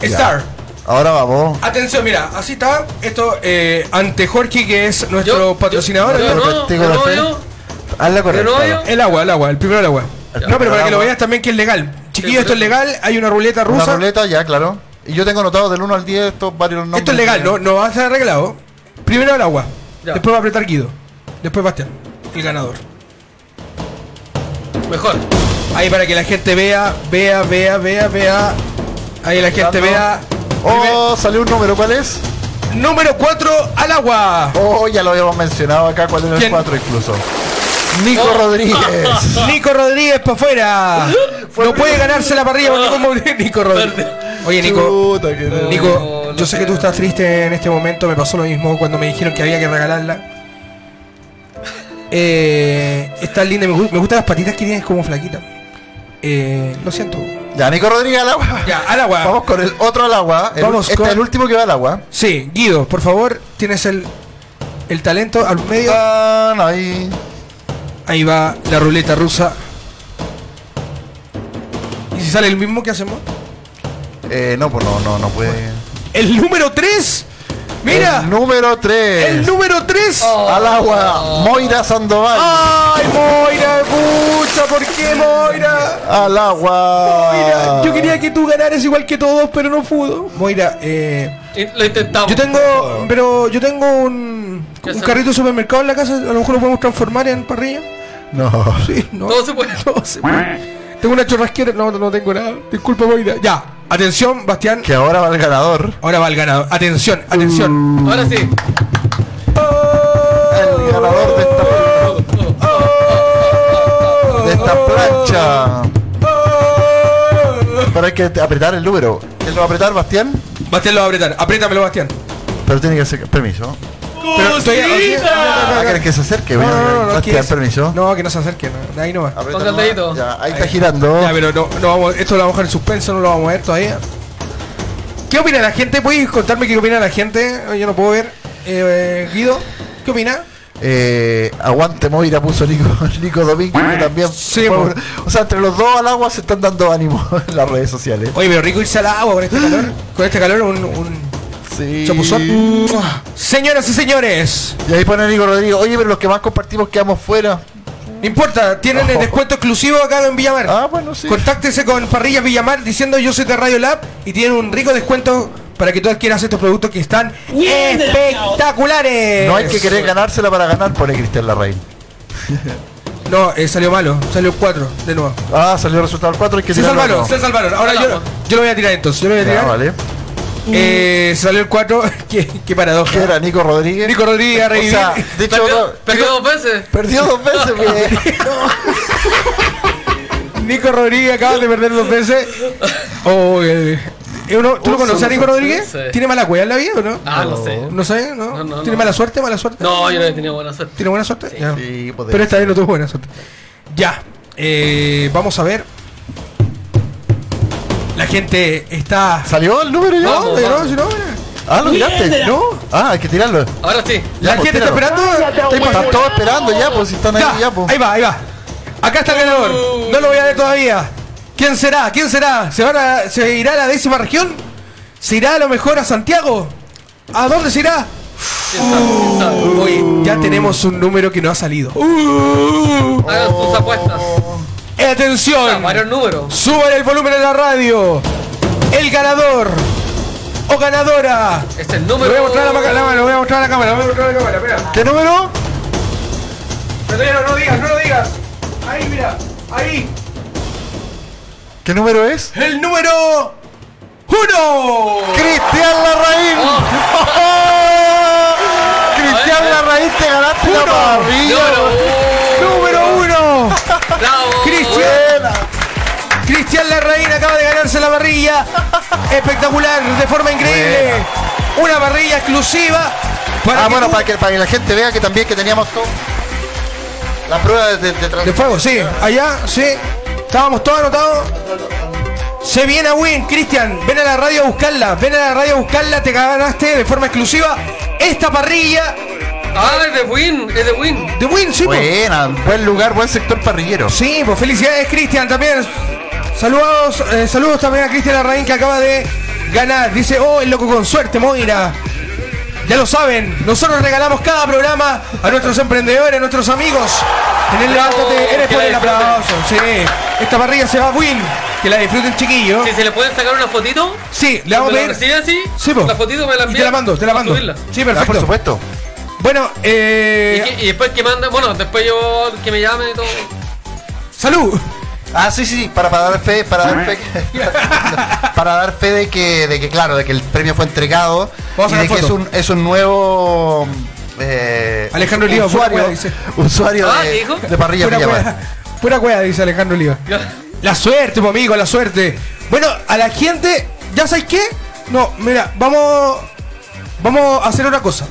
Ya. Star. Ahora vamos. Atención, mira, así está. Esto eh, ante Jorge, que es nuestro Yo- patrocinador. Yo Pero no, te- te yo no, conocen. yo. Haz la Pero no, yo- correcta. El agua, el agua, el primero el agua. El no, pero primero para el que lo agua. veas también que es legal. Sí, Chiquillo, esto es pero- legal. Hay una ruleta Una rusa. ruleta, ya, claro. Y yo tengo anotado del 1 al 10 estos varios nombres. esto es legal, no, no va a ser arreglado. Primero el agua. Ya. Después va a apretar Guido. Después Bastián, el ganador. Mejor. Ahí para que la gente vea, vea, vea, vea, vea. Ahí la gente vea. Oh, salió un número, ¿cuál es? Número 4 al agua. Oh, ya lo habíamos mencionado acá, ¿cuál era el ¿Quién? 4 incluso? Oh. Nico Rodríguez. Nico Rodríguez para afuera. No puede ganarse la parrilla por ningún motivo, Nico Rodríguez. Oye, Nico. Chuta, que- Nico, No, yo sé que tú estás triste en este momento, me pasó lo mismo cuando me dijeron que había que regalarla. Eh, está linda, me, gu- me gustan las patitas que tienes como flaquita. Eh, lo siento. Ya, Nico Rodríguez al agua. Ya, al agua. Vamos con el otro al agua. El- Vamos este con- es el último que va al agua. Sí, Guido, por favor, tienes el, el talento al medio. Tan, Ah, ahí. Ahí va la ruleta rusa. ¿Y si sale el mismo que hacemos? Eh, no, pues no, no, no puede. ¡El número 3! ¡Mira! El número Ah. ¡El 3. número 3! Al agua. Moira Sandoval. ¡Ay, Moira! ¡Pucha! ¿Por qué, Moira? Al agua. Moira, yo quería que tú ganaras igual que todos, pero no pudo. Moira, eh, In- Lo intentamos. yo tengo, pero yo tengo un, Ya un sé. carrito de supermercado en la casa, a lo mejor lo podemos transformar en parrilla. No. Sí, no. Todo se puede. No se puede. Tengo una churrasquera, no, no tengo nada. Disculpa, Moira. Ya, atención, Bastián. Que ahora va el ganador. Ahora va el ganador. Atención, atención. Ahora sí. El ganador de esta, de esta plancha. Oh. Pero hay que apretar el número. ¿Quién lo va a apretar, Bastián? Bastián lo va a apretar. Apriétamelo, Bastián. Pero tiene que hacer. Permiso. Pero estoy- Ah, ¿Quieres que se acerque? No, no, no, no, Bastián, ¿quieres? permiso. Ah, No, que no se acerque. no, de ahí no va. Aprieta Ponga el nomás. dedito. Ya, ahí está girando. Ya, pero no, no vamos, esto lo vamos a dejar en suspenso, no lo vamos a ver todavía. ¿Qué opina la gente? ¿Puedes contarme qué opina la gente? Yo no puedo ver. Eh, eh, Guido, ¿qué opina? Eh, aguante Moira puso Nico, Nico Domingo que también. Sí, po. fue- o sea, entre los dos al agua se están dando ánimo en las redes sociales. Oye, pero rico irse al agua con este calor. Con este calor, un, un Sí. chapuzón. Señoras y señores, Y ahí pone Nico Rodrigo, oye, pero los que más compartimos quedamos fuera. no importa, tienen el descuento exclusivo acá en Villamar. Oh. Ah, bueno, sí. Contáctese con Parrillas Villamar diciendo yo soy de Radio Lab y tienen un rico descuento para que tú adquieras estos productos que están espectaculares. No hay que querer ganársela para ganar, pone Cristian Larraín. No, eh, salió malo, salió 4 de nuevo. Ah, salió el resultado 4 y que Se tirarlo, salvaron, no. se salvaron. Ahora yo, yo lo voy a tirar entonces. Yo lo voy a Ya, tirar. vale. Eh, salió el 4. qué, qué paradoja. ¿Qué era Nico Rodríguez? Nico Rodríguez, O revivir. sea, de hecho, Perdió, no- perdió dos veces. perdió dos veces, güey. Nico Rodríguez acaba de perder dos veces. Oh, eh, eh, uno- ¿Tú lo conoces a Nico Rodríguez? Sí. ¿Tiene mala cueva en la vida o no? Ah, no sé. No sé, ¿no? No, no, ¿Tiene no. mala suerte? ¿Mala suerte? No, yo no he tenido buena suerte. ¿Tiene buena suerte? Ya. Sí, podría Pero esta vez no tuvo buena suerte. Ya. eh, vamos a ver. La gente está. ¿Salió el número ya? No, Vamos, eh, no, vamos. si no, mira. Ah, lo tiraste. No. Ah, hay que tirarlo. Ahora sí. Ya, La pues, gente está tíralo. esperando. Está Están todos esperando ya, pues si están ahí Ya, ya, pues. ahí va, ahí va. Acá está el ganador. No lo voy a ver todavía. ¿Quién será? ¿Quién será? ¿Se, van a- se irá a la décima región? ¿Se irá a lo mejor a Santiago? ¿A dónde se irá? Oye, ya tenemos un número que no ha salido. Hagan sus apuestas. Eh, ¡Atención! Varios números. Suban el volumen de la radio. El ganador o ganadora. Es el Lo número. voy a mostrar a la, ma- la mano, lo voy a mostrar a la cámara, lo voy a mostrar a la cámara, espera. ¿Qué número? Pero no, no digas, no lo digas. Ahí, mira, ahí. ¿Qué número es? El número uno. ¡Cristian Larraín! Oh. ¡Cristian Larraín, te ganaste la No, parrilla! no. Número uno. Bravo. Cristian. Cristian Larraín acaba de ganarse la parrilla. Espectacular, de forma increíble. Una parrilla exclusiva. Para Ah, que bueno, tú- para que, para que la gente vea que también que teníamos todo. La prueba de, de, de tra- De fuego, sí. Allá, sí. Estábamos todos anotados. Se viene a Win, Cristian. Ven a la radio a buscarla. Ven a la radio a buscarla. Te ganaste de forma exclusiva esta parrilla Ah, es de Win. Es de Win. de Win, sí. po. Buena, buen lugar, buen sector parrillero. Sí, pues felicidades Cristian también. Saludos, eh, saludos también a Cristian Arraín que acaba de ganar. Dice, oh, el loco con suerte, Moira. Ya lo saben, nosotros regalamos cada programa a nuestros emprendedores, a nuestros amigos. En el levántate, eres Oh, que por la el disfruten. aplauso. Sí, esta parrilla se va a win. Que la disfruten chiquillo. Si se le pueden sacar una fotito. Sí, le vamos a ¿Me la pedir. recibe así? Sí, po. La fotito me la Y envía. te la mando, te la para mando. subirla. Sí, Ah, por perfecto. supuesto. bueno, Y, eh, que- y después que manda, bueno, después yo que me llamen y todo. salud. Ah, sí, sí, sí, para, para dar fe, para dar fe, que- para dar fe de que, de que, claro, de que el premio fue entregado Vamos a y de sacar que es foto. un, es un nuevo eh, Alejandro Oliva, fuera usuario, hueá, dice. usuario Ah, de, dijo. de parrilla Pura Villamar. cueva, pura cueva, dice Alejandro Oliva. La suerte, pues amigo, la suerte. Bueno, a la gente, ¿ya sabes qué? No, mira, vamos. Vamos a hacer una cosa.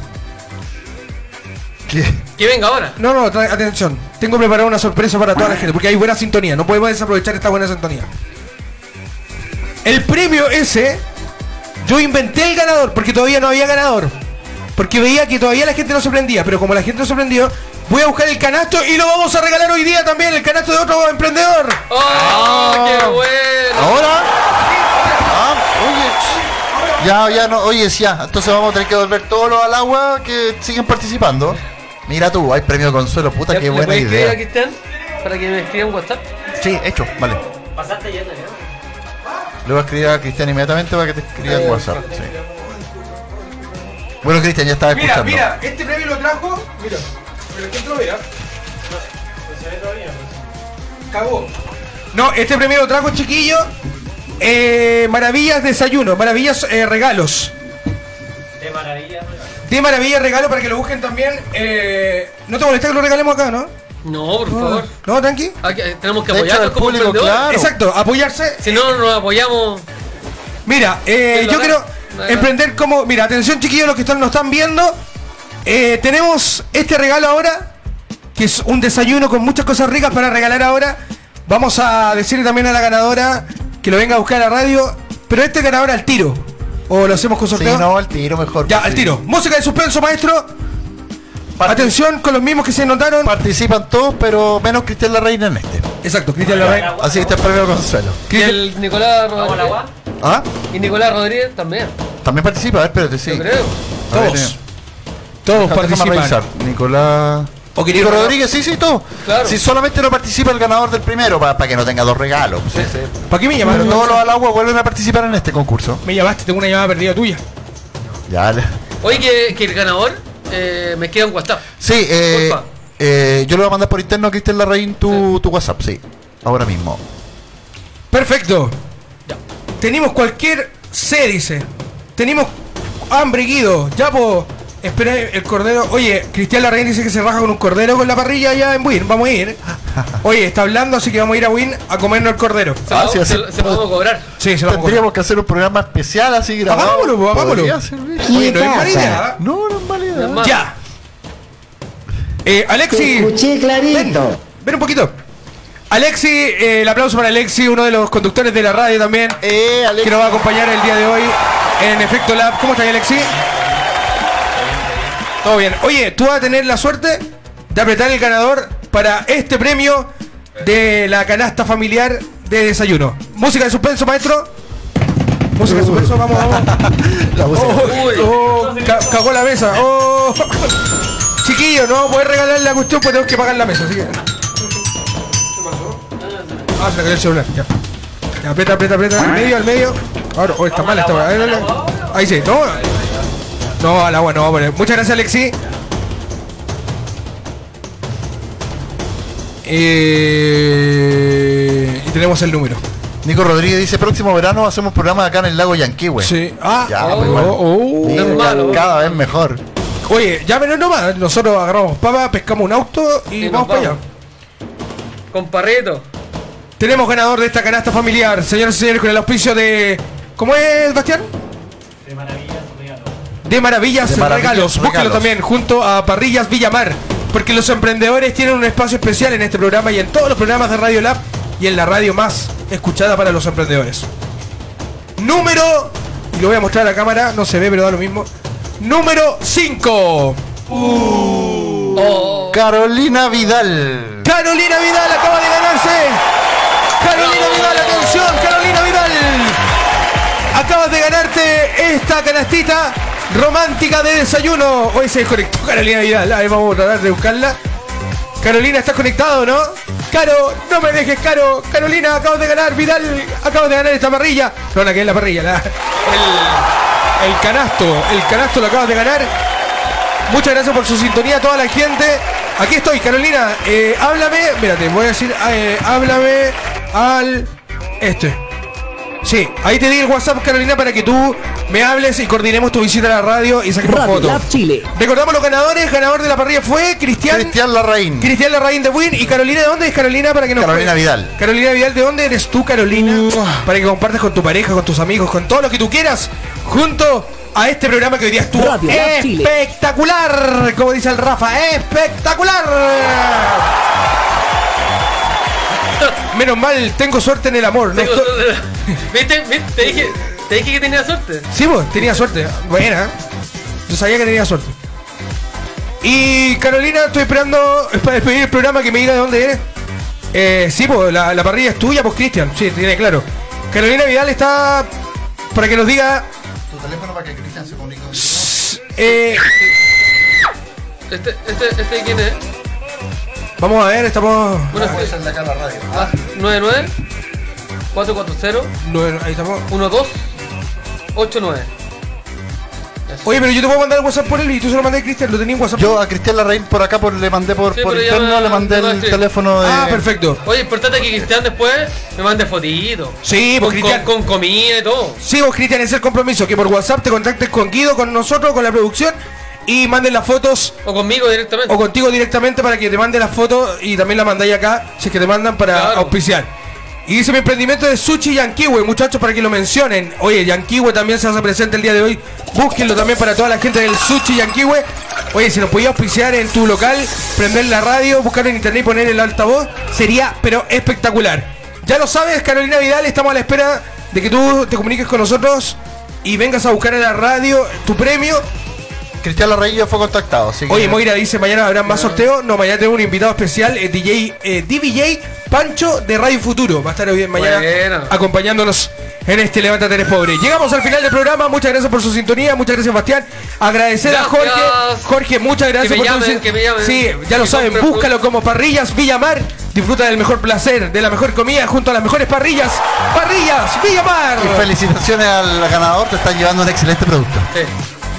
¿Qué? Que venga ahora. No, no, tra- atención. Tengo preparado una sorpresa para toda la gente, porque hay buena sintonía. No podemos desaprovechar esta buena sintonía. El premio ese, yo inventé el ganador, porque todavía no había ganador. Porque veía que todavía la gente no se prendía, pero como la gente no se prendió, voy a buscar el canasto y lo vamos a regalar hoy día también, el canasto de otro emprendedor. ¡Oh, Ah. qué bueno! Ahora, ah, oye, ya, ya no, oye, sí, ya, entonces vamos a tener que devolver todos los al agua que siguen participando. Mira tú, hay premio consuelo, puta, ¿Le- qué le buena puedes escribir a idea. Cristian para que me escriba un WhatsApp? Sí, hecho, vale. Le voy a escribir a Cristian inmediatamente para que te escriba Eh, en WhatsApp. sí. Bueno, Cristian, ya estaba escuchando. este premio lo trajo. Mira, pero que lo vea. Cagó. No, este premio lo trajo, chiquillo. eh, maravillas desayuno, maravillas eh, regalos. De maravillas regalo. De maravillas regalo para que lo busquen también. eh, no te molesta que lo regalemos acá, ¿no? No, por favor. No, tranqui. Hay que- eh, tenemos que De hecho, apoyarnos el como público, emprendedores. claro. Exacto, apoyarse. Si no nos apoyamos. Mira, eh, Sí, lo yo acá. quiero Lo acá. emprender como. Mira, atención chiquillos, los que están, nos están viendo. Eh, tenemos este regalo ahora, que es un desayuno con muchas cosas ricas para regalar ahora. Vamos a decirle también a la ganadora que lo venga a buscar a la radio. Pero este ganador al tiro. O lo hacemos con Sí, sorteo. no, al tiro mejor. ya, pues, al sí. tiro. Música de suspenso, maestro. Parti- Atención con los mismos que se notaron. Participan todos, pero menos Cristian La Reina en este. Exacto, Cristian Larraín. Así que este es premio Consuelo. Y el Nicolás Rodríguez. ¿Ah? Y Nicolás Rodríguez también, También participa, a ver, espérate, sí. yo creo. A ver, Todos. eh, Todos déjame revisar. participan. Nicolás. O quería- Nico Rodríguez, sí, sí, todo. Claro. Si solamente no participa el ganador del primero, para, que no tenga dos regalos. pues, sí, sí. ¿Para qué me Pero llamaste? todos los al agua vuelven a participar en este concurso. Me llamaste, tengo una llamada perdida tuya. Ya. le- Oye, que, que el ganador eh, me queda un WhatsApp. Sí, eh, Porfa. eh, yo le voy a mandar por interno a Cristian Larraín tu, tu WhatsApp, sí. Ahora mismo. Perfecto. Tenemos cualquier C, dice. Tenemos hambre, Guido. Ya, po. Espera el cordero. Oye, Cristian Larraín dice que se raja con un cordero con la parrilla allá en Win. Vamos a ir. Oye, está hablando, así que vamos a ir a Win a comernos el cordero. Se, Ah, lo, sí, se así- lo- se lo vamos a cobrar. Sí, se lo vamos a Ah, comer. Tendríamos que hacer un programa especial así grabado. Hagámoslo, po, hagámoslo. Podría servir. pues, Oye, no es mala idea, ¿eh? No, no es mala idea. No es mala. Ya. Eh, Te Alexi. escuché Ven, clarito. ven un poquito. Alexi, eh, el aplauso para Alexi, uno de los conductores de la radio también. Eh, Alex. que nos va a acompañar el día de hoy en Efecto Lab. ¿Cómo estás, Alexi? Todo bien. Oye, tú vas a tener la suerte de apretar el ganador para este premio de la canasta familiar de desayuno. Música de suspenso, maestro. Música de suspenso, vamos, vamos. La música. Oh, oh, ca- cagó la mesa. Oh. Chiquillo, no vamos a poder regalar la cuestión porque tenemos que pagar la mesa. Así que... Ah, se le cayó el celular. Ya. Ya, aprieta, aprieta, aprieta. Al medio, al medio. Ahora, oh, está mala esta weá. Ahí, ahí, ahí. Ahí sí, no. No, al agua no, vamos a poner. Muchas gracias, Alexi. Eh, y tenemos el número. Nico Rodríguez dice, próximo verano hacemos programa acá en el lago Yanquihue. Sí. Ah, Ya, oh, pues, bueno. oh. Mira, es malo. Cada vez mejor. Oye, ya menos nomás, nosotros agarramos papa, pescamos un auto y, Y nos vamos para allá. vamos. Con Parreto. Tenemos ganador de esta canasta familiar, señoras y señores, con el auspicio de. ¿Cómo es, Bastián? De Maravillas De Regalos. De Maravillas Maravillas Regalos. Búsquelo Regalos. también junto a Parrillas Villamar. Porque los emprendedores tienen un espacio especial en este programa y en todos los programas de Radio Lab y en la radio más escuchada para los emprendedores. Número. Y lo voy a mostrar a la cámara, no se ve, pero da lo mismo. Número 5. Carolina Vidal. Carolina Vidal acaba de ganarse. Carolina Vidal, atención, Carolina Vidal. Acabas de ganarte esta canastita romántica de desayuno. Hoy se desconectó Carolina Vidal. Ahí vamos a tratar de buscarla. Carolina, estás conectado, ¿no? Caro, no me dejes, Caro. Carolina, acabas de ganar, Vidal, acabas de ganar esta parrilla. No, la que es la parrilla, la- el, el canasto, el canasto lo acabas de ganar. Muchas gracias por su sintonía a toda la gente. Aquí estoy, Carolina. Eh, háblame, mírate, voy a decir, eh, háblame al este. Sí, ahí te di el WhatsApp, Carolina, para que tú me hables y coordinemos tu visita a la radio y saquemos Radio fotos. Lab Chile. Recordamos los ganadores. Ganador de la parrilla fue Cristian. Cristian Larraín. Cristian Larraín de Win y Carolina, ¿de dónde es Carolina? Para que nos Carolina Vidal. Carolina Vidal, ¿de dónde eres tú, Carolina? Para que compartas con tu pareja, con tus amigos, con todo lo que tú quieras, junto a este programa que hoy día estuvo Radio Lab Chile. espectacular, como dice el Rafa, espectacular. Menos mal, tengo suerte en el amor. No Tengo estoy- suerte. ¿Viste? ¿Viste? Te dije, te dije que tenía suerte. Sí, vos, tenía suerte. Buena. Yo sabía que tenía suerte. Y Carolina, estoy esperando eh, para despedir el programa que me diga de dónde eres. Eh, sí, pues la, la parrilla es tuya, pues Cristian. Sí, tiene claro. Carolina Vidal está para que nos diga. Tu teléfono para que Cristian se comunique. eh, Este, este, este quién es? vamos a ver, estamos. Bueno, este, de acá en la radio. 99 440 no, ahí estamos. 1289. Oye, pero yo te puedo mandar el WhatsApp por él y tú se lo mandé a Cristian, lo tenía en WhatsApp. Yo a Cristian Larraín por acá por, le mandé por, Sí, por pero ya interno, me- le mandé me lo el escribí. teléfono de. Ah, perfecto. Oye, importante que Cristian después me mande fotito. Sí, pues, con, Cristian. con, con comida y todo. Sí, vos, Cristian, es el compromiso que por WhatsApp te contactes con Guido, con nosotros, con la producción y manden las fotos O conmigo directamente. o contigo directamente para que te mande las fotos y también la mandáis acá, si es que te mandan para Claro. auspiciar. Y dice mi emprendimiento de sushi Yankiwe, muchachos, para que lo mencionen. Oye, Yankiwe también se hace presente el día de hoy. Búsquenlo también para toda la gente del sushi Yankiwe. Oye, si lo podías auspiciar en tu local, prender la radio, buscar en internet y poner el altavoz, sería pero espectacular. Ya lo sabes, Carolina Vidal, estamos a la espera de que tú te comuniques con nosotros y vengas a buscar a la radio tu premio Cristian Larraín ya fue contactado. Así que- Oye, Moira dice, mañana habrá más sorteos. No, mañana tengo un invitado especial, eh, DJ, eh, DVJ Pancho de Radio Futuro. Va a estar hoy mañana Bueno. acompañándonos en este Levántate Eres Pobre. Llegamos al final del programa. Muchas gracias por su sintonía. Muchas gracias, Bastián. Agradecer Gracias. a Jorge. Jorge, muchas gracias Que me por llamen, sin- que me llamen. Sí, ya lo Que saben. compren Búscalo como Parrillas Villamar. Disfruta del mejor placer, de la mejor comida junto a las mejores parrillas. Parrillas Villamar. Y felicitaciones al ganador, te están llevando un excelente producto. Sí.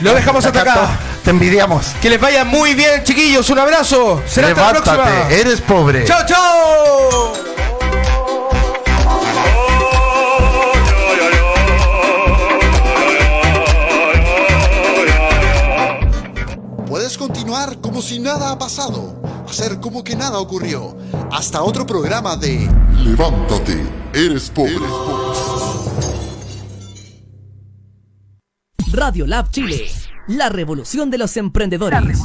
Lo dejamos hasta acá. Te envidiamos. Que les vaya muy bien, chiquillos. Un abrazo. Será hasta la Levántate, próxima. eres pobre. Chao, chao. Puedes continuar como si nada ha pasado, hacer como que nada ocurrió. Hasta otro programa de Levántate, eres pobre. Radio Lab Chile, la revolución de los emprendedores.